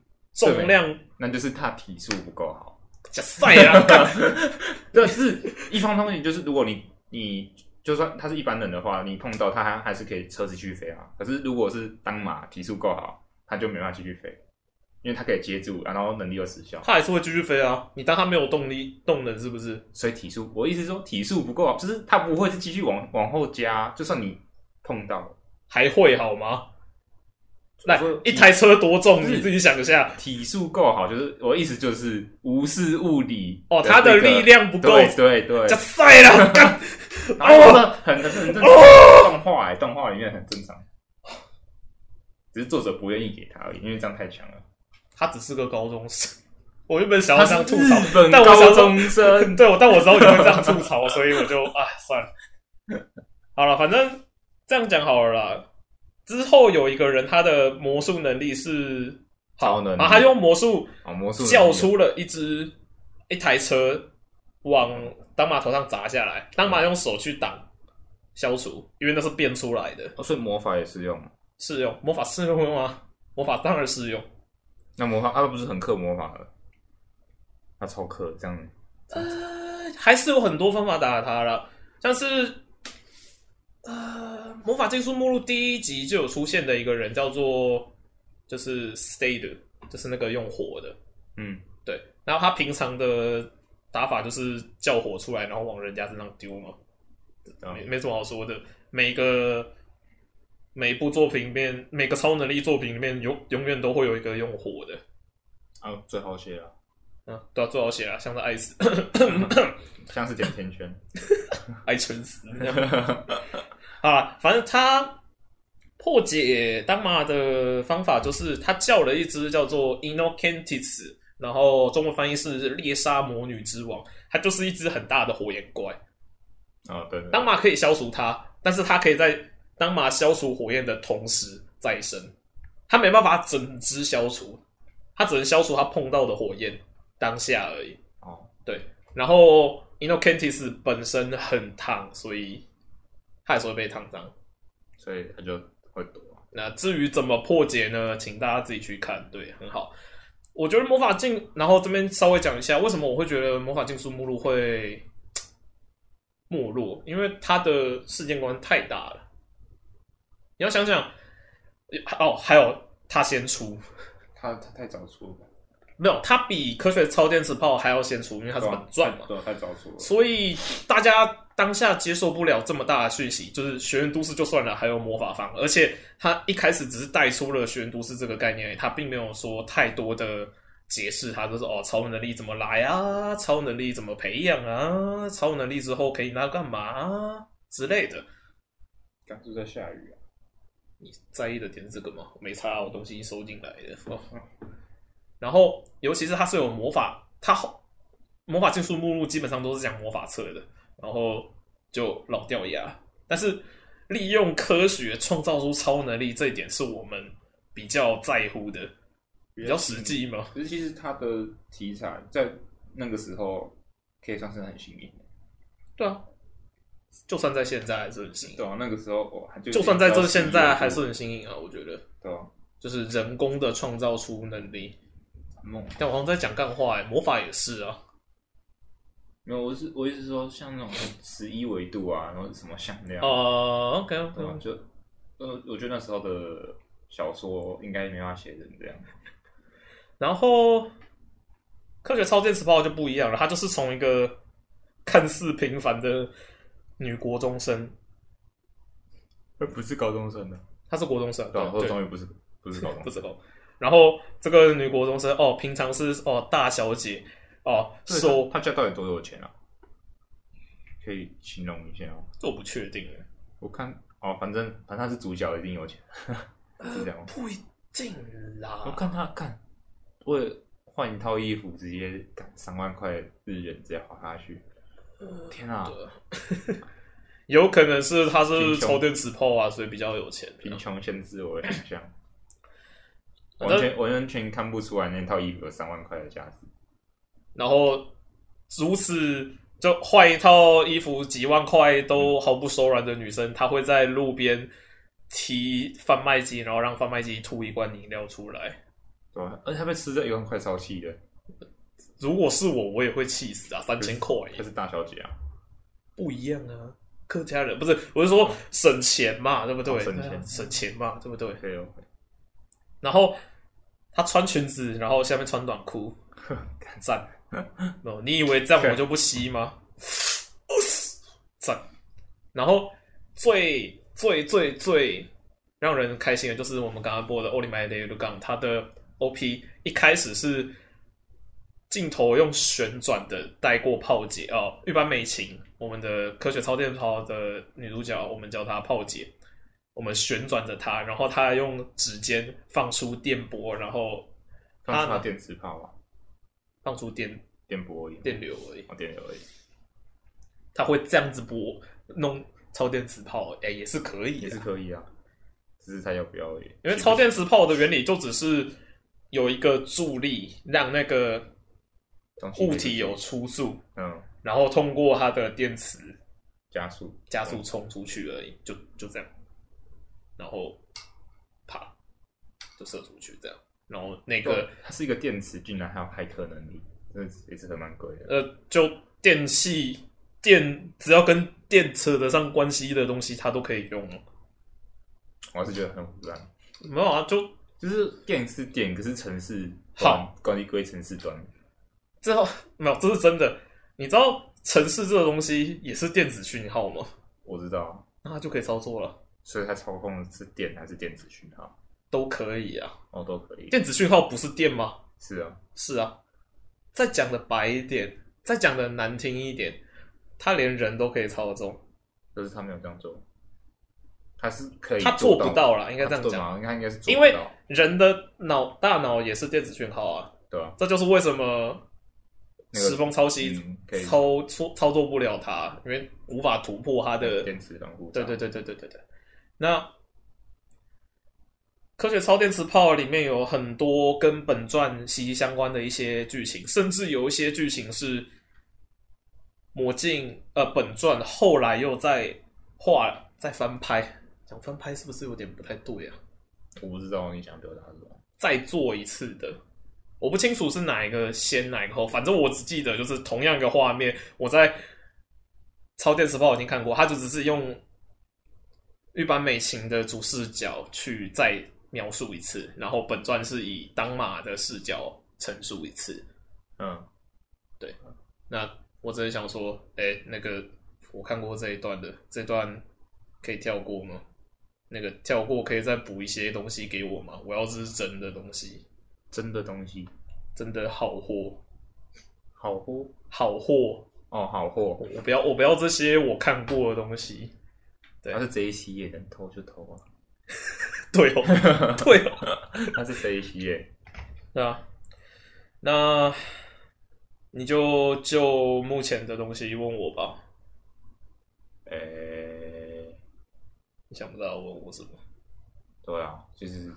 S2: <laughs>
S1: 重量、
S2: 那就是他体术不够
S1: <laughs>
S2: 好。
S1: 假赛啊，干
S2: <laughs> 但是一方通行就是，如果你你就算他是一般人的话，你碰到他还还是可以车子继续飞啊。可是如果是当马提速够好，他就没办法继续飞，因为他可以接住，然后能力又失效，
S1: 它还是会继续飞啊。你当它没有动力、动能是不是？
S2: 所以体速我意思是说体速不够好，就是他不会是继续往往后加，就算你碰到了
S1: 还会好吗？来
S2: 我说，
S1: 一台车多重？
S2: 不是
S1: 你自己想一下。
S2: 体速够好，就是我的意思就是无视物理
S1: 哦，它
S2: 的这
S1: 的
S2: 个
S1: 力量不够，
S2: 对对对
S1: 假，赛了，干 <laughs>
S2: 然后真的很很很正常，动画哎、动画里面很正常，只是作者不愿意给他而已，因为这样太强了。
S1: 他只是个高中生。我原本想要
S2: 他
S1: 这
S2: 是
S1: 样吐
S2: 日
S1: 槽，
S2: 本
S1: 但我想
S2: 高
S1: 说
S2: 中生，
S1: 对，我但我知道你会这样吐槽，所以我就哎算了。好了，反正这样讲好了啦。之后有一个人，他的魔术能力是
S2: 超能力
S1: 啊，他用魔术
S2: 哦，魔术
S1: 叫出了一只一台车往当马头上砸下来，当马用手去挡消除，因为那是变出来的，
S2: 哦，所以魔法也是用。
S1: 适用魔法适用吗？魔法当然适用，
S2: 那魔法他不是很克魔法的，他超克这样。
S1: 呃，还是有很多方法打他了，像是呃魔法禁术目录第一集就有出现的一个人叫做就是 Stay 的，就是那个用火的，
S2: 嗯，
S1: 对，然后他平常的打法就是叫火出来，然后往人家身上丢嘛，
S2: 啊
S1: 没没什么好说的。每个每一部作品里面，每个超能力作品里面，永永远都会有一个用火的。
S2: 啊，最好写 <coughs> 了，
S1: 嗯，对啊，最好写啊，像是爱死、 <coughs>
S2: 像是点甜 <laughs> 圈。
S1: 爱蠢死 <laughs> 那样啊。反正他破解当妈的方法就是他叫了一只叫做 Inocentis，然后中文翻译是猎杀魔女之王，它就是一只很大的火焰怪。
S2: 啊，对对
S1: 当
S2: 对，
S1: 马可以消除它，但是它可以在当马消除火焰的同时再生，它没办法整只消除，它只能消除它碰到的火焰当下而已。
S2: 哦，
S1: 然后 Inocentis 本身很烫，所以它也是会被烫伤。
S2: 所以他就会躲。
S1: 那至于怎么破解呢？请大家自己去看，对，很好。我觉得魔法镜，然后这边稍微讲一下为什么我会觉得魔法禁术目录会嗯没落，因为它的世界观太大了。你要想想，哦，还有它先出，
S2: 他他太早出了，
S1: 没有，它比科学超电磁炮还要先出，因为它是本传嘛。
S2: 对，啊太早出了。
S1: 所以大家当下接受不了这么大的讯息，就是学院都市就算了，还有魔法方，而且他一开始只是带出了学院都市这个概念而已，他并没有说太多的解释，他就是哦，超能力怎么来啊，超能力怎么培养啊，超能力之后可以拿干嘛啊之类的。
S2: 刚是在下雨啊，
S1: 你在意的点是这个吗？没差啊，我东西收进来的。哦 <laughs> 然后，尤其是它是有魔法，它后魔法禁术目录基本上都是讲魔法册的，然后就老掉牙。但是利用科学创造出超能力这一点是我们比较在乎的，比较实。际嘛。
S2: 可是其实他的题材在那个时候可以算是很新颖的，
S1: 对啊，就算在现在还是很新颖，
S2: 对啊，那个时候哇，就
S1: 就算在这现在还是很新颖啊。我觉得
S2: 对啊，
S1: 就是人工的创造出能力，
S2: 很猛。
S1: 但我好像在讲干话哎、魔法也是啊。
S2: 没有，我是我意思是说，像那种十一维度啊，然后什么向量，
S1: 哦，OK
S2: 对啊
S1: OK，
S2: 就呃，我觉得那时候的小说应该没办法写成这样。
S1: 然后科学超电磁炮就不一样了，它就是从一个看似平凡的女国中生，
S2: 不是高中生的，
S1: 她是国中生，
S2: 对啊，
S1: 对
S2: 或
S1: 对
S2: 终于不是不是高中
S1: <laughs> 不
S2: 生，
S1: 知道。然后这个女国中生哦，平常是哦大小姐哦，
S2: 对
S1: 手
S2: 他他家到底多有钱啊？可以形容一下哦。
S1: 这我不确定耶
S2: 我看哦，反正反正他是主角，一定有钱， <laughs> 是这样吗？
S1: 不一定
S2: 我
S1: 啦。
S2: 看他看，为了换一套衣服，直接赶三万块日元直接花下去。天啊，
S1: 有可能是她
S2: 贫
S1: 是
S2: 穷
S1: 超电磁炮啊，所以比较有钱。
S2: 贫穷限制我的想象，
S1: 反
S2: 完
S1: 正
S2: 全完全看不出来那套衣服有三万块的价值。
S1: 然后如此就换一套衣服几万块都毫不手软的女生，她会在路边提贩卖机，然后让贩卖机吐一罐饮料出来。
S2: 对吧？而且他被吃这一万块超气的，
S1: 如果是我，我也会气死啊！三千块
S2: 她是大小姐啊，
S1: 不一样啊，客家人不是，我是说省钱嘛，对不对？
S2: 哦省钱
S1: 省钱嘛，对不对？
S2: 可以哦，
S1: 然后她穿裙子，然后下面穿短裤，赞。哦，你以为这样我就不吸吗？赞。然后最最最最让人开心的就是我们刚刚播的《Only My Day》Lugan，它的 OP 一开始是镜头用旋转的带过炮姐哦，一般美琴，我们的科学超电炮的女主角，我们叫她炮姐。我们旋转着她，然后她用指尖放出电波，然后
S2: 放
S1: 她
S2: 他电磁炮啊，
S1: 放出电
S2: 电波而已，
S1: 电流而已。
S2: 哦电流而已，
S1: 他会这样子播弄超电磁炮，哎、也是可以
S2: 也是
S1: 的。
S2: 可以啊，只是他要不要而已。
S1: 因为超电磁炮的原理就只是有一个助力，让那个
S2: 东西
S1: 物体有出速，
S2: 嗯
S1: 然后通过它的电磁
S2: 加速
S1: 加速冲出去而已，就就这样，然后啪就射出去这样，然后那
S2: 一个
S1: 个，
S2: 它哦是一个电池，竟然还有骇客能力，这也是很蛮贵的。
S1: 呃就电器电只要跟电扯得上关系的东西，它都可以用。
S2: 我还是觉得很胡乱，
S1: 没有啊，就
S2: 就是电是电，可是城市
S1: 好
S2: 端管理归城市端，
S1: 这没有，这是真的。你知道城市这个东西也是电子讯号吗？
S2: 我知道，
S1: 那它就可以操作了，
S2: 所以它操控的是电还是电子讯号，
S1: 都可以啊。
S2: 哦都可以。
S1: 电子讯号不是电吗？
S2: 是啊，
S1: 是啊，再讲的白一点，再讲的难听一点，它连人都可以操纵，
S2: 可是他没有这样做，他是可以
S1: 它做不到啦，应该这样
S2: 他做
S1: 讲。
S2: 嘛，应该应该是做
S1: 因
S2: 不
S1: 为
S2: 到
S1: 人的脑大脑也是电子讯号啊，
S2: 对吧？
S1: 这就是为什么
S2: 那个
S1: 时风抄袭
S2: 嗯可以
S1: 操操操作不了它，因为无法突破它的
S2: 电池防护罩，
S1: 对对对对对对对。那科学超电磁炮里面有很多跟本传息息相关的一些剧情，甚至有一些剧情是魔镜呃本传后来又在画再翻拍，讲翻拍是不是有点不太对啊？
S2: 我不知道你想表达什么。
S1: 再做一次的。我不清楚是哪一个先哪一个后，反正我只记得就是同样一个画面，我在超电磁炮已经看过，它就只是用日版美琴的主视角去再描述一次，然后本传是以当马的视角陈述一次。
S2: 嗯，
S1: 那我只是想说，哎、那个我看过这一段的，这段可以跳过吗？那个跳过可以再补一些东西给我吗？我要是真的东西，
S2: 真的东西，
S1: 真的好货。
S2: 好货
S1: 好货，
S2: 哦，好货，
S1: 我不要我不要这些我看过的东西。对
S2: 他是这一系列能偷就偷啊，
S1: 对哦，对哦， <laughs>
S2: 他是这一系列，
S1: 对啊。那你就就目前的东西问我吧，
S2: 诶，
S1: 你想不到问我什么？
S2: 对啊，就是，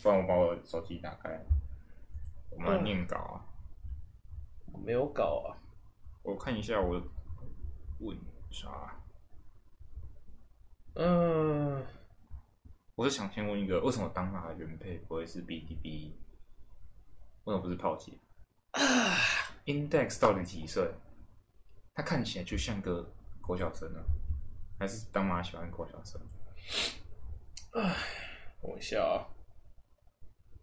S2: 不然我把我手机打开，我们来念稿啊，
S1: 我没有搞啊，
S2: 我看一下我的问啊啥，
S1: 嗯、
S2: 我是想先问一个，为什么当马的原配不会是 BDB？为什么不是炮姐？Index 到底几岁？他看起来就像个国小生啊，还是当马喜欢国小生？
S1: 我一下啊，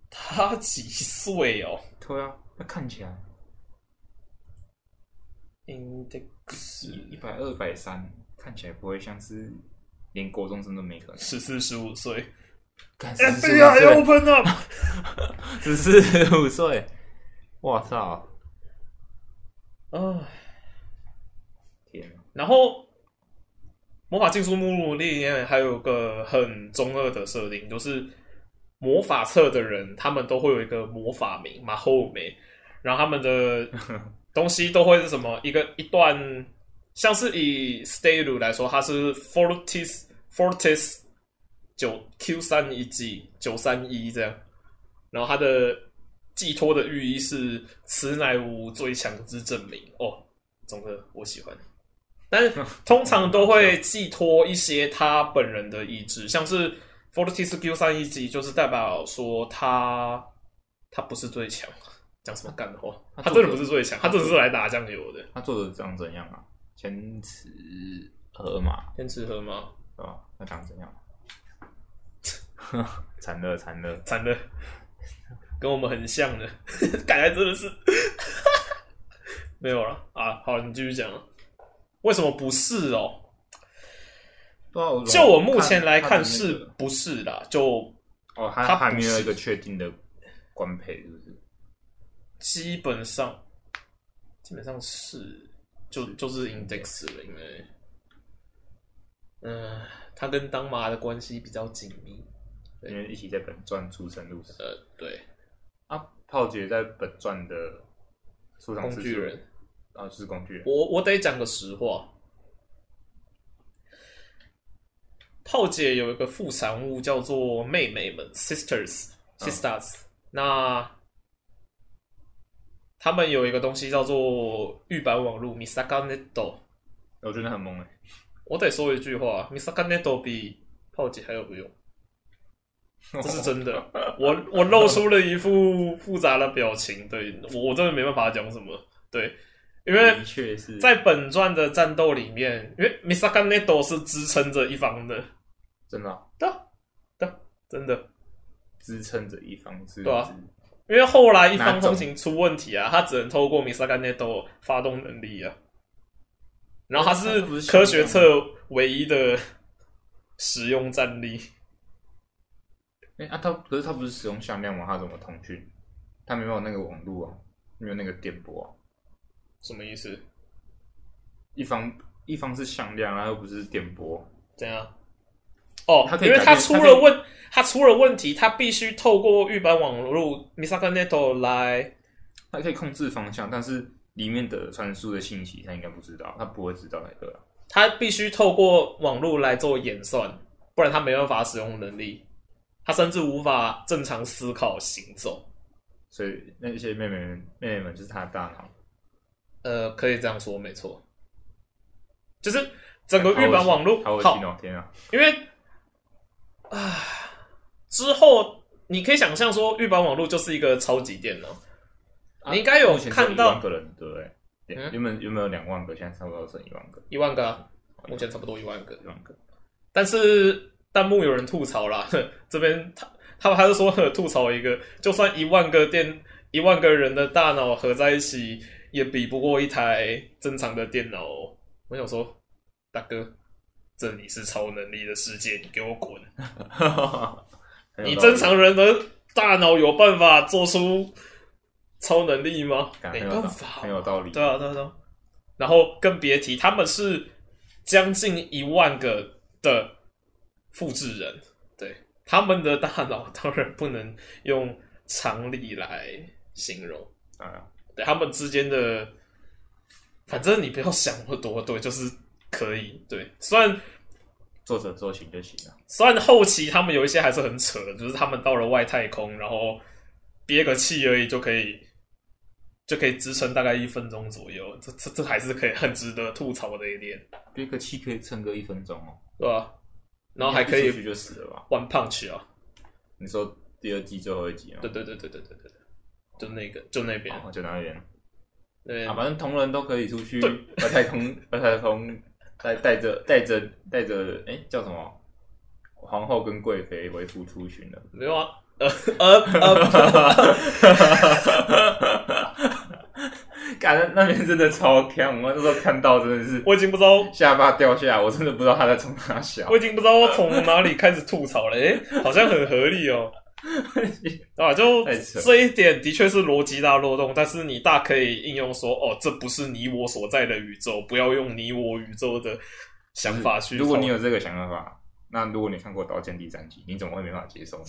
S1: 他几岁哦
S2: 对啊，他看起来
S1: <laughs>
S2: 一
S1: ？Index
S2: 百二百三，看起来不会像是连国中生都没可能。
S1: 十四十五岁
S2: 干
S1: 哎，FBI open up，
S2: 只是五岁，我操！
S1: 啊。
S2: 天啊，
S1: 然后魔法禁书目录里面还有个很中二的设定，就是魔法册的人他们都会有一个魔法名马后梅，然后他们的东西都会是什么一个一段，像是以 Stayu 来说，它是 Fortis Fortis 九 Q 三一 G 九三一这样，然后它的寄托的寓意是此乃吾最强之证明哦，中二我喜欢。但是通常都会寄托一些他本人的意志，像是 Fortis Q 三一级，就是代表说他他不是最强，讲什么干话？他真的不是最强，他真的是来打酱油的。
S2: 他做的长怎样啊？前池河马
S1: 天池河吗？
S2: 对吧？他长怎样？ <laughs> 惨了惨了，
S1: 惨的，跟我们很像的， <laughs> 感觉真的是没有了啊！好，你继续讲啊。为什么不是哦？
S2: 对啊，
S1: 就我目前来看
S2: 的那
S1: 是
S2: 个
S1: 不是啦？就
S2: 哦，他
S1: 他不
S2: 还没有
S1: 是
S2: 一个确定的官配，是不是？
S1: 基本上，基本上是就就是 index 了，因为，嗯、他跟当麻的关系比较紧密。对
S2: 因为一起在本传出生入死
S1: 呃，对，
S2: 啊，炮姐在本传的出场
S1: 工
S2: 次数
S1: 具人，
S2: 啊，就是工具人，
S1: 我我得讲个实话，炮姐有一个副产物叫做妹妹们 sisters sisters，、那他们有一个东西叫做预版网路 Misaka Neto。
S2: 我觉得很猛哎、
S1: 我得说一句话，Misaka Neto 比炮姐还有用，
S2: 欸，
S1: 这是真的。我我露出了一副复杂的表情，对我我真的没办法讲什么，对，因为
S2: 的确是
S1: 在本传的战斗里面，因为 Misaka Neto 是支撑着一方的，
S2: 真的啊、
S1: 啊真的，
S2: 支撑着一方是
S1: 对啊因为后来一方
S2: 哪种
S1: 风行出问题啊，他只能透过 Misaka Neto 发动能力啊，然后他
S2: 那不
S1: 是
S2: 是
S1: 科学侧唯一的使用战力。
S2: 哎、啊，他可是他不是使用向量吗？他怎么通讯？他没有那个网络啊，没有那个电波啊。
S1: 什么意思？
S2: 一方一方是向量啊，又不是电波。
S1: 怎样？哦，
S2: 他可以
S1: 因为
S2: 改变
S1: 他出
S2: 他可以
S1: 了问，他出了问题，他必须透过预版网络 Misaka Neto 来。
S2: 它可以控制方向，但是里面的传输的信息它应该不知道，它不会知道才对啊。
S1: 他必须透过网络来做演算，不然他没办法使用能力，他甚至无法正常思考、行走。
S2: 所以那些妹妹们妹妹们就是他的大脑，
S1: 呃，可以这样说，没错，就是整个日本网络
S2: 好恶
S1: 好
S2: 心，哦！天啊，
S1: 因为啊啊之后你可以想象说，日本网络就是一个超级电脑，你应该有
S2: 啊目前只
S1: 看到
S2: 一万个人，对不对？
S1: 嗯
S2: 原本原本有两万个，现在差不多剩一万个，
S1: 一万个、啊，目前差不多一万个。
S2: 一
S1: <laughs>
S2: 万个。 <laughs>
S1: 但是弹幕有人吐槽啦， <laughs> 这边他他他就说呵吐槽一个，就算一万个电一万个人的大脑合在一起，也比不过一台正常的电脑哦、我想说，大哥，这里是超能力的世界，你给我滚！
S2: 很有
S1: 你
S2: 道理
S1: 正常人的大脑有办法做出超能力吗？
S2: 干
S1: 没
S2: 很有
S1: 办
S2: 道
S1: 法
S2: 很，有道理。
S1: 对啊，对啊，对啊。然后更别提他们是将近一万个的复制人，对他们的大脑当然不能用常理来形容，
S2: 当然
S1: 对他们之间的，反正你不要想那么多，对，就是可以，对。虽然
S2: 作者做行就行了。
S1: 虽然后期他们有一些还是很扯的，就是他们到了外太空，然后憋个气而已就可以。就可以支撑大概一分钟左右，这这这还是可以很值得吐槽的一点。
S2: 憋个气可以撑个一分钟哦，
S1: 对吧、然后还可
S2: 一
S1: 以
S2: 出去就死了吧？
S1: One Punch 啊，
S2: 你说第二季最后一集吗
S1: 对？对对对对对对，就那个就那边
S2: 哦，就那边
S1: 那边
S2: 啊，反正同人都可以出去外太空，外太空带带着带着带着，哎、叫什么？皇后跟贵妃为夫出巡了， <laughs>
S1: 没有啊，呃呃呃， <laughs>
S2: 感那那边真的超强，我那时候看到真的是
S1: 我已经不知道，
S2: 下巴掉下来，我真的不知道他在冲哪小
S1: 我。已经不知道从哪里开始吐槽了，
S2: <laughs>
S1: 诶、好像很合理哦。啊，就
S2: 太扯
S1: 这一点的确是逻辑大漏洞，但是你大可以应用说，哦，这不是你我所在的宇宙，不要用你我宇宙的想法去。
S2: 如果你，有这个想法，那如果你看过《刀剑》第三集，你怎么会没办法接受呢？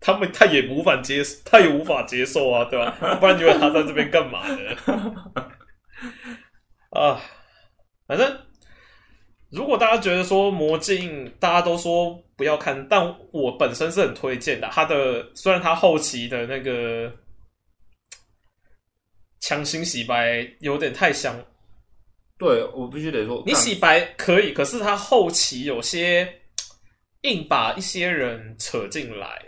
S1: 他们他也无法接，他也无法接受啊，对吧、不然你以为他在这边干嘛呢？啊，反正如果大家觉得说《魔镜》大家都说不要看，但我本身是很推荐的。它的虽然它后期的那个强行洗白有点太香，
S2: 对我必须得说，
S1: 你洗白可以，可是它后期有些硬把一些人扯进来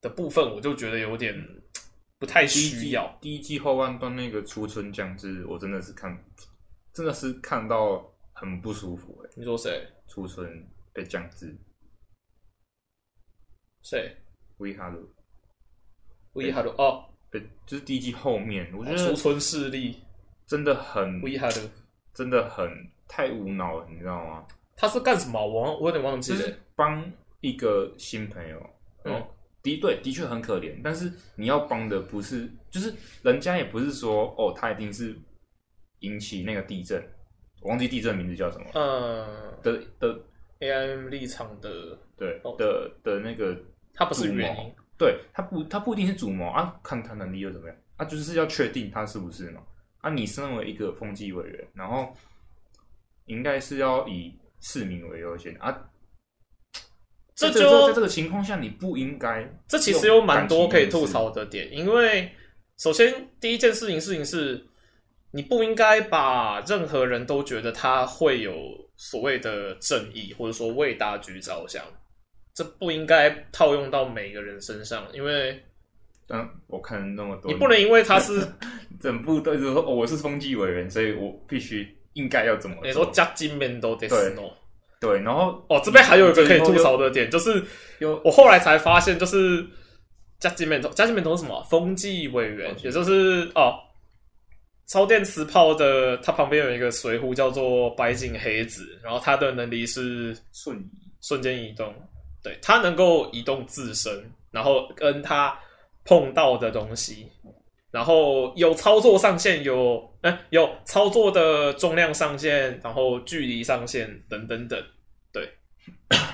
S1: 的部分，我就觉得有点不
S2: 第
S1: 太
S2: 一
S1: 需
S2: 季
S1: 要。
S2: 第一季后半段那个初春将至，我真的是看，真的是看到很不舒服、欸
S1: 你说谁？
S2: 出村被降至
S1: 谁？
S2: 威哈鲁
S1: 威哈鲁哦，
S2: 被就是第一季后面，我觉
S1: 出
S2: 得
S1: 村势力
S2: 真的很
S1: 威哈鲁，
S2: 真的很太无脑了，你知道吗？
S1: 他是干什么？我忘我有点忘记
S2: 就
S1: 了。
S2: 是帮一个新朋友，
S1: 嗯
S2: 嗯，的对的确很可怜，但是你要帮的不是，就是人家也不是说哦，他一定是引起那个地震，我忘记地震名字叫什么
S1: 嗯
S2: 的的
S1: ，AIM 立场的，
S2: 对
S1: 哦
S2: 的的那个
S1: 他不是原因。
S2: 对他不，他不一定是主谋啊，看他能力又怎么样啊，就是要确定他是不是嘛。啊，你身为一个风纪委员，然后应该是要以市民为优先啊。
S1: 这
S2: 在
S1: 就
S2: 在这个情况下，你不应该
S1: 这其实有蛮多可以吐槽的点，因为首先第一件事情事情是，你不应该把任何人都觉得他会有所谓的正义，或者说为大局着想，这不应该套用到每个人身上，因为
S2: 但嗯我看了那么多，
S1: 你不能因为他是
S2: 整部都一直说、哦、我是风纪委员，所以我必须应该要怎么做。
S1: 你说加金面都得死哦。
S2: 对，然后
S1: 哦，这边还有一个可以吐槽的点，就是
S2: 有
S1: 我后来才发现，就是加金面头，加金面头是什么啊？风纪委员
S2: 风，纪
S1: 也就是哦，超电磁炮的，它旁边有一个随扈叫做白井黑子，然后它的能力是
S2: 瞬移，
S1: 瞬间移动，对，它能够移动自身，然后跟它碰到的东西，然后有操作上限，有哎、有操作的重量上限，然后距离上限等等等，对。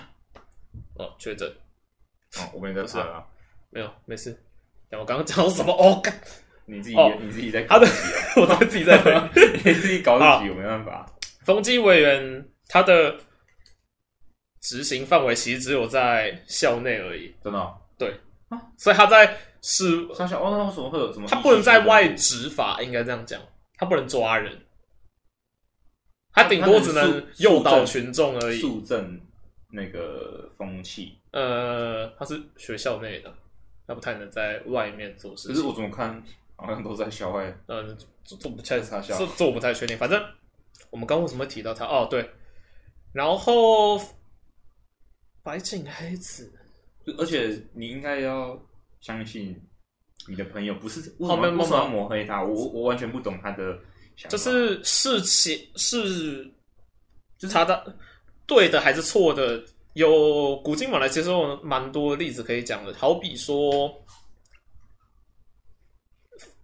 S1: <coughs> 哦，确诊
S2: 哦，我没在
S1: 是
S2: 怕啊，
S1: 没有，没事。哎等我刚刚讲到什么？ <laughs> 哦，干
S2: 你自己、
S1: 哦
S2: 你自己在
S1: 他
S2: 搞
S1: 的
S2: 自己、啊，
S1: <laughs> 我在自己在回。
S2: <laughs> 你自己搞自己，我没办法。
S1: 风纪委员他的执行范围其实只有在校内而已，
S2: 真的、哦，
S1: 所以他在是
S2: 小小哦，那为什么会有什么？
S1: 他不能在外，执法，应该这样讲，他不能抓人，他顶多只
S2: 他
S1: 能
S2: 能肃
S1: 诱导群众而已。
S2: 肃正那个风气。
S1: 呃，他是学校内的，他不太能在外面做事
S2: 可
S1: 情
S2: 是。我怎么看好像都在校外，
S1: 呃，这这我不太
S2: 查
S1: 这
S2: 校
S1: 这我不太确定。反正我们刚为什么会提到他？哦，对，然后白井黑子，
S2: 而且你应该要相信你的朋友，不是为
S1: 哦
S2: 什
S1: 没有
S2: 么为什么要
S1: 没有
S2: 抹黑他？我我我完全不懂他的想法。
S1: 就是事情是就是他的对的还是错的，有古今往来其实有蛮多例子可以讲的，好比说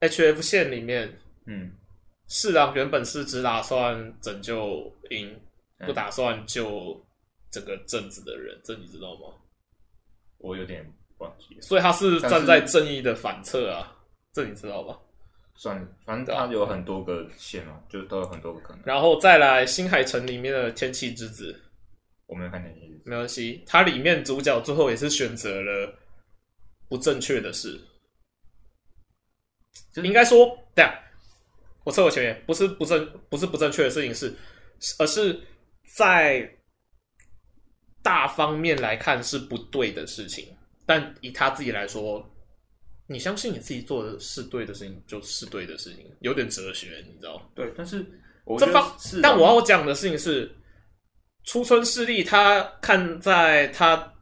S1: H F 线里面，
S2: 嗯，
S1: 市长原本是只打算拯救鹰，
S2: 嗯
S1: 不打算救整个镇子的人，这你知道吗？
S2: 我有点忘记了。
S1: 所以他是
S2: 但是
S1: 站在正义的反侧啊，这你知道吧？
S2: 算了，反正它有很多个线嘛，就都有很多个可能。
S1: 然后再来新海城里面的天气之子，
S2: 我没有看那些，
S1: 没关系，它里面主角最后也是选择了不正确的事，
S2: 就是
S1: 应该说，对啊，我测我前面不是不正不是不正确的事情是，是而是在大方面来看是不对的事情，但以他自己来说，你相信你自己做的是对的事情就是对的事情，有点哲学，你知道吗？
S2: 对，但是我
S1: 这
S2: 觉得
S1: 方
S2: 是，啊
S1: 但我要讲的事情是，出村势力他看在他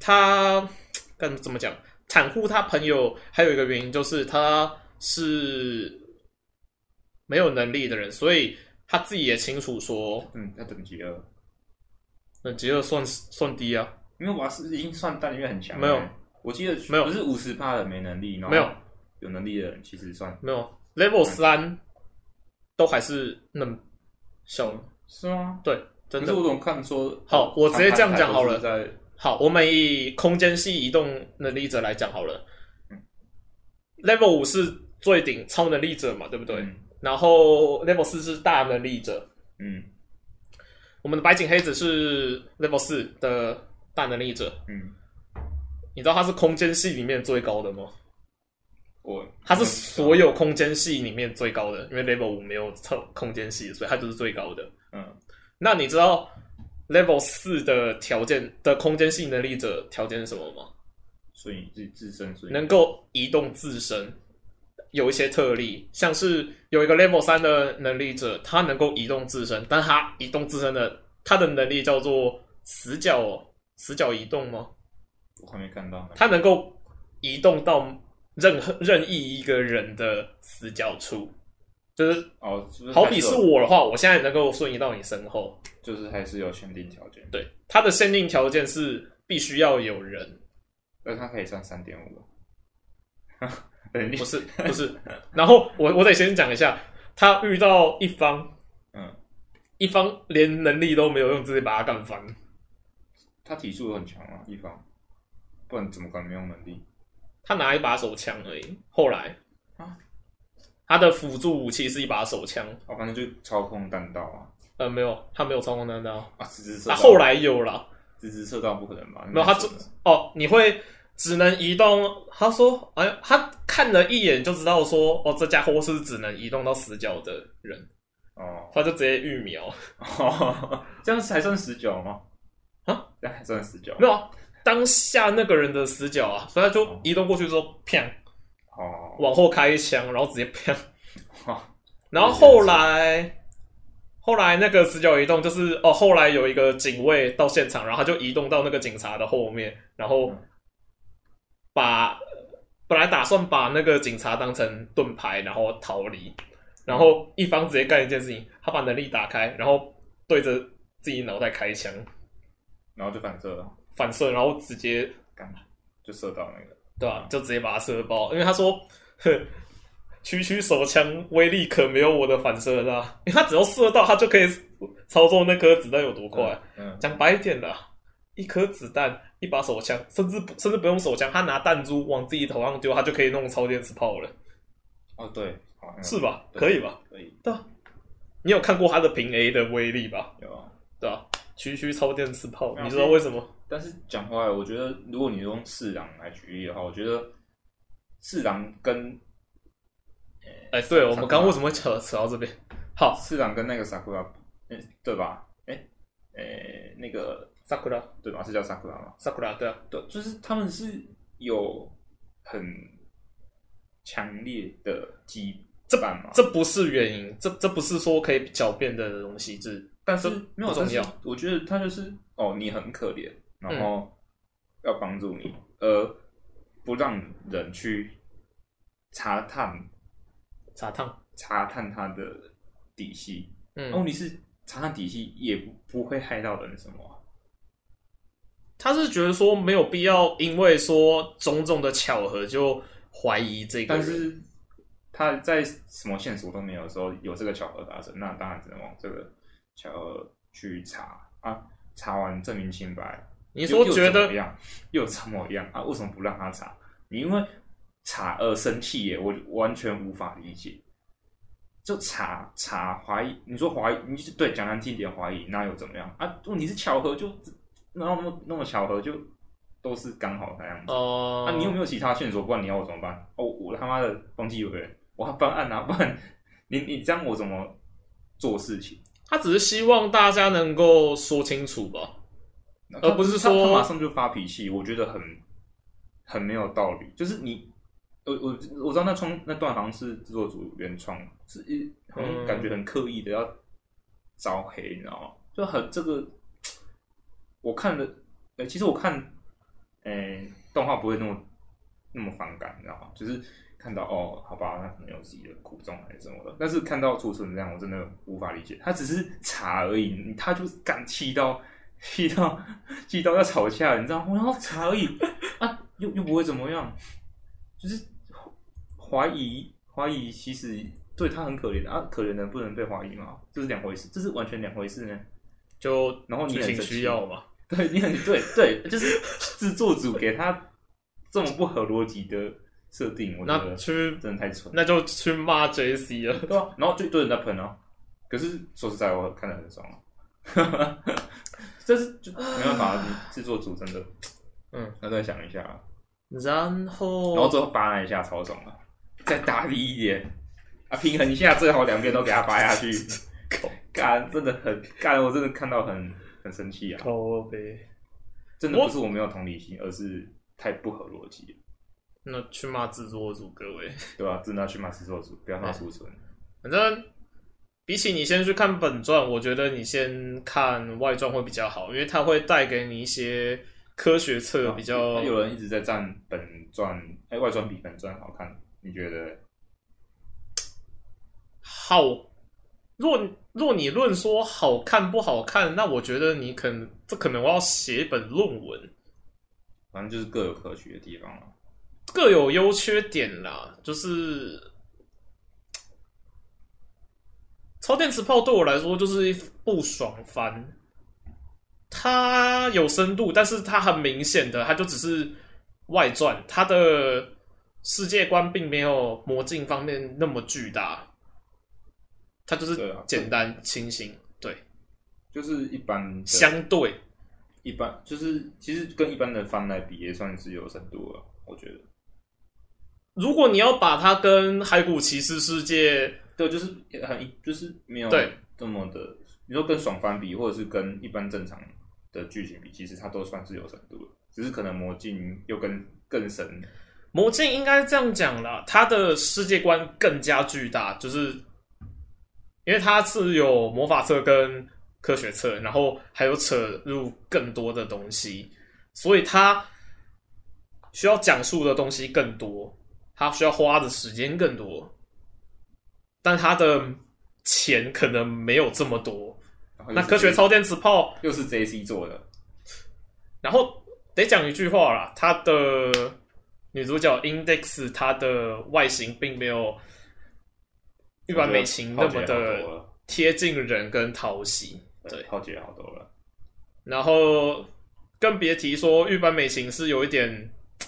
S1: 他跟怎么讲，袒护他朋友，还有一个原因就是他是没有能力的人，所以他自己也清楚说，
S2: 嗯，要等级二，
S1: 那极二算算低啊，
S2: 因为瓦斯已经算单元很强了。欸
S1: 没有
S2: 我记得
S1: 没有
S2: 不是五十趴的没能力，然后
S1: 没有
S2: 有能力的人其实算
S1: 没有 level 三都还是那么小，
S2: 是吗？
S1: 对，真
S2: 可是
S1: 的
S2: 我总看说，
S1: 好我直接这样讲好了
S2: 他们还都是在
S1: 好，我们以空间系移动能力者来讲好了。Level 五是最顶超能力者嘛，对不对？
S2: 嗯
S1: 然后 Level 四是大能力者，
S2: 嗯
S1: 我们的白井黑子是 Level 四的大能力者。
S2: 嗯，
S1: 你知道他是空间系里面最高的吗？
S2: 我
S1: 他是所有空间系里面最高的，因为 Level 五没有测空间系，所以他就是最高的。
S2: 嗯，
S1: 那你知道 Level 四的条件的空间系能力者条件是什么吗？
S2: 所以自自身所以
S1: 能够移动自身，有一些特例，像是有一个 level 三的能力者，他能够移动自身，但他移动自身的他的能力叫做死角哦死角移动吗？
S2: 我还没看到呢。
S1: 他能够移动到任何任意一个人的死角处，就是
S2: 哦，是不是
S1: 好比是
S2: 还有
S1: 我的话，我现在能够瞬移到你身后，
S2: 就是还是有限定条件，
S1: 对，他的限定条件是必须要有人，
S2: 但他可以上三点 <laughs> 五。哎能力
S1: 不是不是。然后我我得先讲一下，他遇到一方，
S2: 嗯，
S1: 一方连能力都没有用，直接把他干翻。
S2: 他体术很强啊，一方，不然怎么可能没有能力？
S1: 他拿一把手枪而已。后来
S2: 啊
S1: 他的辅助武器是一把手枪。
S2: 哦，反正就操控弹道啊，
S1: 呃，没有，他没有操控弹道。
S2: 啊，直直射
S1: 他
S2: 到，
S1: 后来有了
S2: 直直射到不可能吧？
S1: 没有他
S2: 这
S1: 哦，你会只能移动。他说：“哎呦，他看了一眼就知道说，哦，这家伙是只能移动到死角的人，
S2: 哦，
S1: 他就直接预瞄。
S2: 这样才算十九吗？
S1: 啊，
S2: 这样还算十九？
S1: 没有啊当下那个人的死角啊，所以他就移动过去之后，砰，
S2: 哦，
S1: 往后开一枪，然后直接砰。
S2: 哇
S1: 然后后来，后来那个死角移动就是哦，后来有一个警卫到现场，然后他就移动到那个警察的后面，然后
S2: 嗯
S1: 把本来打算把那个警察当成盾牌，然后逃离。然后一方直接干一件事情，他把能力打开，然后对着自己脑袋开枪，
S2: 然后就反射了，
S1: 反射，然后直接
S2: 干就射到那个。
S1: 对吧、就直接把他射爆，因为他说，哼，区区手枪威力可没有我的反射大，因为他只要射到，他就可以操纵那颗子弹有多快。
S2: 嗯，
S1: 讲白一点的，一颗子弹，一把手枪，甚至不甚至不用手枪，他拿弹珠往自己头上丢，他就可以弄超电磁炮了，
S2: 哦对，好像
S1: 是吧？
S2: 对
S1: 可以吧？
S2: 可以
S1: 你有看过他的平 A 的威力吧？
S2: 有啊。
S1: 对吧、区区超电磁炮，
S2: 嗯
S1: 你知道为什么？
S2: 但是讲回来，我觉得如果你用四郎来举例的话，我觉得四郎跟
S1: 哎、对，我们刚刚为什么会扯扯到这边？好
S2: 四郎跟那个 sakura，嗯，对吧？哎、哎、那个
S1: ，Sakura，Sakura，
S2: 对吧？是叫 sakura 吗？
S1: 对啊，
S2: 对，就是他们是有很强烈的羁绊嘛。
S1: 这不是原因，这这不是说可以狡辩的东西，这
S2: 但是
S1: 这
S2: 没有
S1: 不重要。嗯
S2: 但是我觉得他就是哦，你很可怜，然后要帮助你，而不让人去查探
S1: 茶烫，
S2: 查探他的底细。那问
S1: 嗯，
S2: 题是，查探底细也不不会害到人什么啊、
S1: 他是觉得说没有必要，因为说种种的巧合就怀疑这个
S2: 但
S1: 人，
S2: 是他在什么线索都没有的时候，有这个巧合发生，那当然只能往这个巧合去查啊。查完证明清白，
S1: 你说
S2: 又
S1: 觉
S2: 又怎
S1: 得
S2: 么样？ <laughs> 又怎么样啊？为什么不让他查？你因为查而生气耶，我完全无法理解。就查查怀疑，你说怀疑，你就对讲难听一点怀疑，那又怎么样啊？问题是巧合就，然后那么那么巧合就都是刚好那样子。
S1: 哦、
S2: 啊，你有没有其他线索？不然你要我怎么办？哦，我他妈的忘记有人，我要办案啊， <laughs> 不然你你这样我怎么做事情？
S1: 他只是希望大家能够说清楚吧？而不是
S2: 他他
S1: 说
S2: 马上就发脾气，我觉得很很没有道理。就是你，我我我知道那创那段好像是制作组原创，是一好像感觉很刻意的要招黑，你知道吗？就很这个，我看的，呃，其实我看，呃，动画不会那么那么反感，你知道吗？就是看到哦，好吧，那可能有自己的苦衷还是什么的。但是看到储存这样，我真的无法理解。他只是查而已，你他就是敢气到气到气到要吵架，你知道吗？然后哦查而已啊，又又不会怎么样，就是怀疑怀疑，其实对他很可怜啊，可怜人不能被怀疑嘛，这是两回事，这是完全两回事呢。
S1: 就
S2: 然后你
S1: 剧
S2: 很
S1: 情
S2: 生气
S1: 需要嘛？
S2: 对，你很对对，就是制作组给他这么不合逻辑的设定，我觉
S1: 那
S2: 得
S1: 去
S2: 真的太蠢。
S1: 那就去骂 J C 了。
S2: 对啊，然后就一堆人在喷啊。可是说实在，我看得很爽啊。 <laughs> 这是就没办法，你制作组真的，
S1: 嗯，
S2: 要再想一下啊。
S1: 然
S2: 然后
S1: 后
S2: 最后扒那一下超爽了，再大力一点啊，平衡一下，最好两边都给他扒下
S1: <laughs>
S2: 去。干，真的很干，我真的看到很很生气啊！
S1: 靠呗，
S2: 真的不是我没有同理心，而是太不合逻辑了，
S1: 那去骂制作组各位。
S2: 对吧、真的要去骂制作组，不要骂储存。
S1: 反正比起你先去看本传，我觉得你先看外传会比较好，因为它会带给你一些科学侧比较。
S2: 哦有人一直在占本传，哎、外传比本传好看，你觉得？
S1: 好，若若你论说好看不好看，那我觉得你可能这可能我要写一本论文，
S2: 反正就是各有可取的地方啊了。
S1: 各有优缺点啦。就是超电磁炮对我来说就是不爽番，它有深度，但是它很明显的，它就只是外传，它的世界观并没有魔镜方面那么巨大，它就
S2: 对
S1: 是
S2: 啊
S1: 简单清新，对。
S2: 就是一般的
S1: 相对
S2: 一般就是其实跟一般的番来比，也算是有深度了，我觉得。
S1: 如果你要把它跟《骸骨骑士世界》
S2: 对，就是很就是没有
S1: 对
S2: 这么的，你说跟爽番比，或者是跟一般正常的剧情比，其实它都算是有深度了，只是可能魔镜又跟更神，
S1: 魔镜应该这样讲啦，它的世界观更加巨大，就是因为它是有魔法册跟科学册，然后还有扯入更多的东西，所以它需要讲述的东西更多，它需要花的时间更多，但它的钱可能没有这么多。
S2: 然后又
S1: 那
S2: 是
S1: 科学
S2: J-
S1: 超电磁炮
S2: 又是 J C 做的，
S1: 然后得讲一句话啦，她的女主角 Index 她的外形并没有一般美琴那么
S2: 我觉得浩劫好多
S1: 的
S2: 了
S1: 贴近人跟讨喜，对，
S2: 浩劫好多了，
S1: 然后更别提说玉般美琴是有一点嘖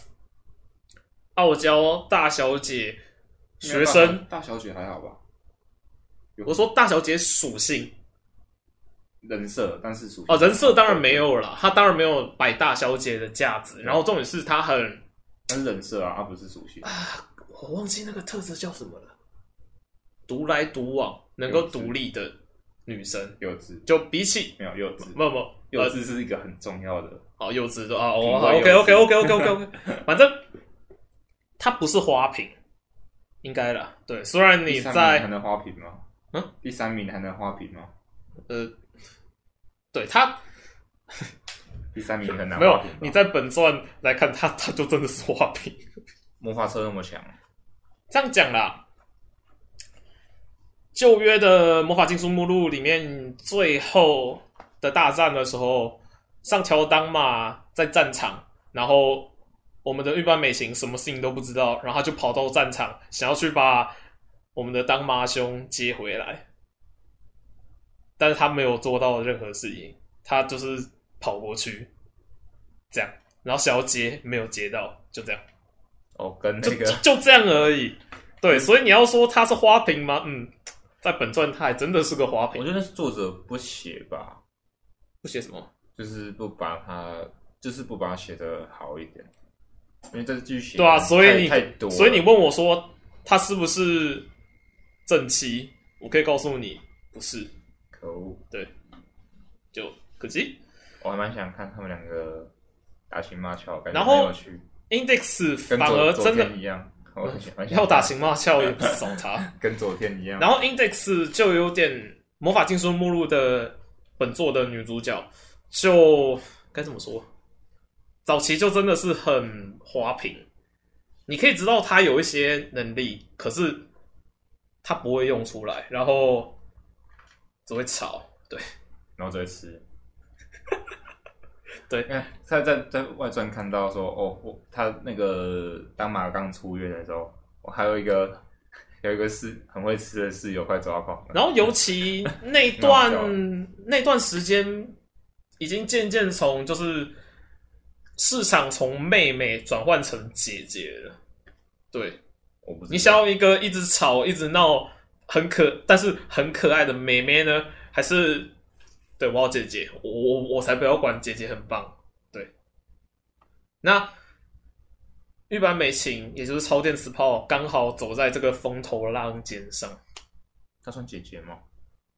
S1: 傲娇大小姐学
S2: 应该
S1: 生，
S2: 大大小姐还好吧，
S1: 我说大小姐属性
S2: 人设，但是属性
S1: 哦，人设当然没，有了，她当然没有摆大小姐的架子，然后重点是她很
S2: 但是人设啊，而不是
S1: <laughs>
S2: 属性，
S1: 我忘记那个特质叫什么了，独来独往，能够独立的女生，
S2: 幼稚
S1: 就比起
S2: 没有幼稚，
S1: 没有没有
S2: 幼
S1: 呃
S2: 稚是一个很重要的，
S1: 好幼稚的啊，哦
S2: 品味
S1: 好
S2: 幼
S1: ，OK
S2: 稚
S1: OK OK OK OK OK，反正它不是花瓶，应该啦。对，虽然你
S2: 第三名还
S1: 在
S2: 能花瓶吗？
S1: 嗯，
S2: 第三名还能花瓶吗？
S1: 呃，对它
S2: 第三名很难
S1: 没有
S2: 花瓶吧。
S1: 你在本传来看它，它就真的是花瓶。
S2: 魔法车那么强，啊
S1: 这样讲啦，旧约的魔法禁书目录里面最后的大战的时候，上乔当嘛在战场，然后我们的玉般美行什么事情都不知道，然后他就跑到战场，想要去把我们的当妈兄接回来，但是他没有做到任何事情，他就是跑过去，这样，然后想要接没有接到，就这样。
S2: 哦，跟那个嗯
S1: 就 <laughs> 这样而已。对，所以你要说它是花瓶吗？嗯，在本传它还真的是个花
S2: 我
S1: 瓶。
S2: 觉得是作者不写吧，
S1: 不写什么？
S2: 就是不把它，就是不把它写的好一点，因为这继续写
S1: 对啊，所以你
S2: 太太多了，
S1: 所以你问我说它是不是正妻？我可以告诉你，不是，
S2: 可恶，
S1: 就可惜。
S2: 我还蛮想看他们两个打情骂俏，感觉
S1: 然
S2: 很
S1: 后
S2: 有趣，
S1: Index
S2: 跟
S1: 反而
S2: 昨
S1: 真
S2: 昨
S1: 的
S2: 天一样，我很喜欢
S1: 要打情骂俏也不少他。
S2: 跟昨天一样，
S1: 然后 Index 就有点《魔法禁书目录》的本作的女主角，就该怎么说？早期就真的是很花瓶，你可以知道她有一些能力，可是她不会用出来，然后只会吵。对，
S2: 然后再 <laughs> 吃。
S1: 对
S2: 因为他在在外传看到说，哦，我他那个当马刚出院的时候，我还有一个有一个室很会吃的室友快抓狂了。
S1: 然后尤其那
S2: 蛮好笑
S1: 段 <laughs> 那段时间，已经渐渐从就是市场从妹妹转换成姐姐了。对，
S2: 我不知道
S1: 你想要一个一直吵、一直闹、很可但是很可爱的妹妹呢，还是对我要姐姐？我我我才不要管姐姐很棒。对，那玉版美琴，也就是超电磁炮，刚好走在这个风头浪尖上。
S2: 他算姐姐吗？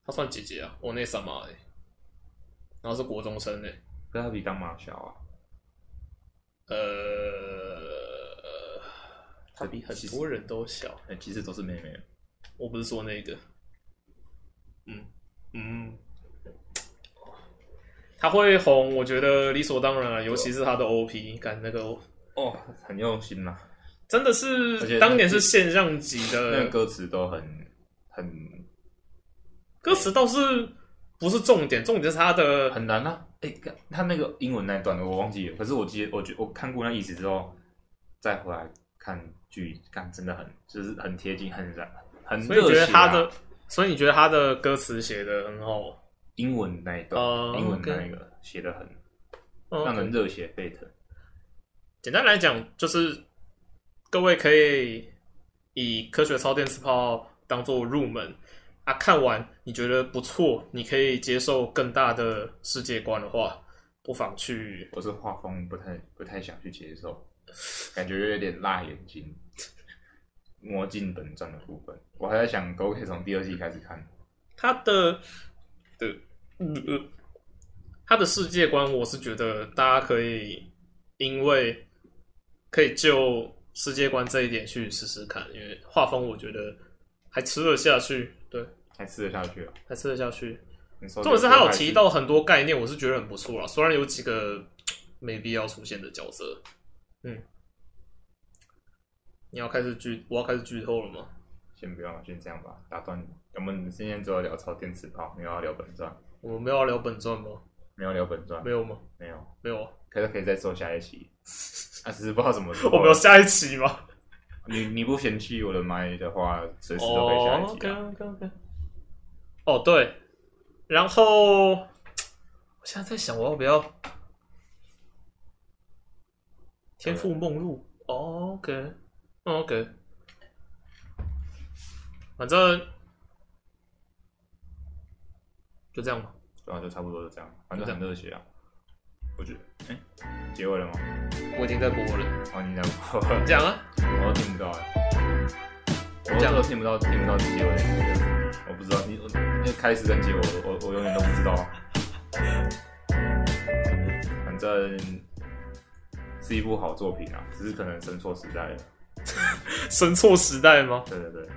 S1: 她算姐姐啊，我那什么、欸，然后是国中生呢、
S2: 可是他比当马小啊，
S1: 呃，她比很
S2: 其实
S1: 多人都小。
S2: 呃其实都是妹妹。
S1: 我不是说那个，嗯嗯，他会红，我觉得理所当然啊了，尤其是他的 OP，感那个
S2: 哦，很用心呐、啊，
S1: 真的
S2: 而且那
S1: 是当年是现象级
S2: 那个
S1: 的，
S2: 歌词都很很
S1: 歌词倒是不是重点，重点是他的，
S2: 很难啊！哎、干他那个英文那一段我忘记了，可是我记得，我觉我看过那意思之后，再回来看剧，看真的很就是很贴近，很燃，很
S1: 所以你觉
S2: 热
S1: 得
S2: 血
S1: 他
S2: 啊
S1: 的，所以你觉得他的歌词写的很好，
S2: 英文那一段，
S1: 哦
S2: 英文
S1: OK
S2: 那一个写的很让
S1: 嗯，
S2: 人热血沸腾。
S1: 简单来讲就是各位可以以科学超电磁炮当做入门啊，看完你觉得不错，你可以接受更大的世界观的话，不妨去呃
S2: 我是画风不太不太想去接受，感觉有点辣眼睛。魔镜本传的部分，我还在想，可不可以从第二季开始看？
S1: 他的的呃，他的世界观，我是觉得大家可以因为可以就世界观这一点去试试看，因为画风我觉得还吃得下去，对，
S2: 还吃得下去啊？
S1: 还吃得下去。
S2: 你说
S1: 重点是他有提
S2: 这个
S1: 到很多概念，我是觉得很不错啦，虽然有几个没必要出现的角色，嗯。你要开始剧，我要开始剧透了吗？
S2: 还是，先不要，先这样吧，打断你。我们今天只有聊超电磁炮，没有要聊本传，
S1: 我们没有要聊本传吗？
S2: 没有聊本传，
S1: 没有吗？
S2: 没有，
S1: 没有啊。
S2: 可是可以再做下一
S1: <laughs>
S2: 期。啊，只是不知道什么时候。
S1: 我们有下一期吗？
S2: 你你不嫌弃我的麦的话，随时都可以下
S1: 哦
S2: 一集、
S1: ，OK
S2: 啊。
S1: OK OK。哦，对，然后我现在在想，我要不要《天赋梦露》哦？OK，哦 OK，反正就这样吧。
S2: 然啊后就差不多就这样，反正
S1: 就这样
S2: 很热血啊。我觉得，哎、结尾了吗？
S1: 我已经在播了，
S2: 哦，你 <laughs> 讲过了，
S1: 讲啊，
S2: 我都听不到哎、我
S1: 这样
S2: 都听不到，听不到结尾的音乐，我不知道你，我因为开始跟结尾我我我永远都不知道啊。反正是一部好作品啊，只是可能生错时代了。
S1: 生错时代吗？
S2: 对对对，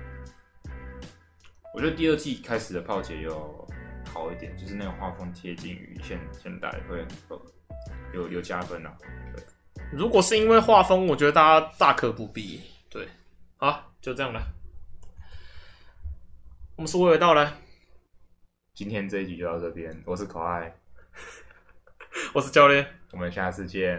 S2: 我觉得第二季开始的炮姐有好一点，就是那个画风贴近于现现代，会有有加分啊。
S1: 如果是因为画风，我觉得大家大可不必。对，好，就这样了。我们是娓娓道来，
S2: 今天这一集就到这边，我是可爱，
S1: 我是教练。
S2: 我们下次见。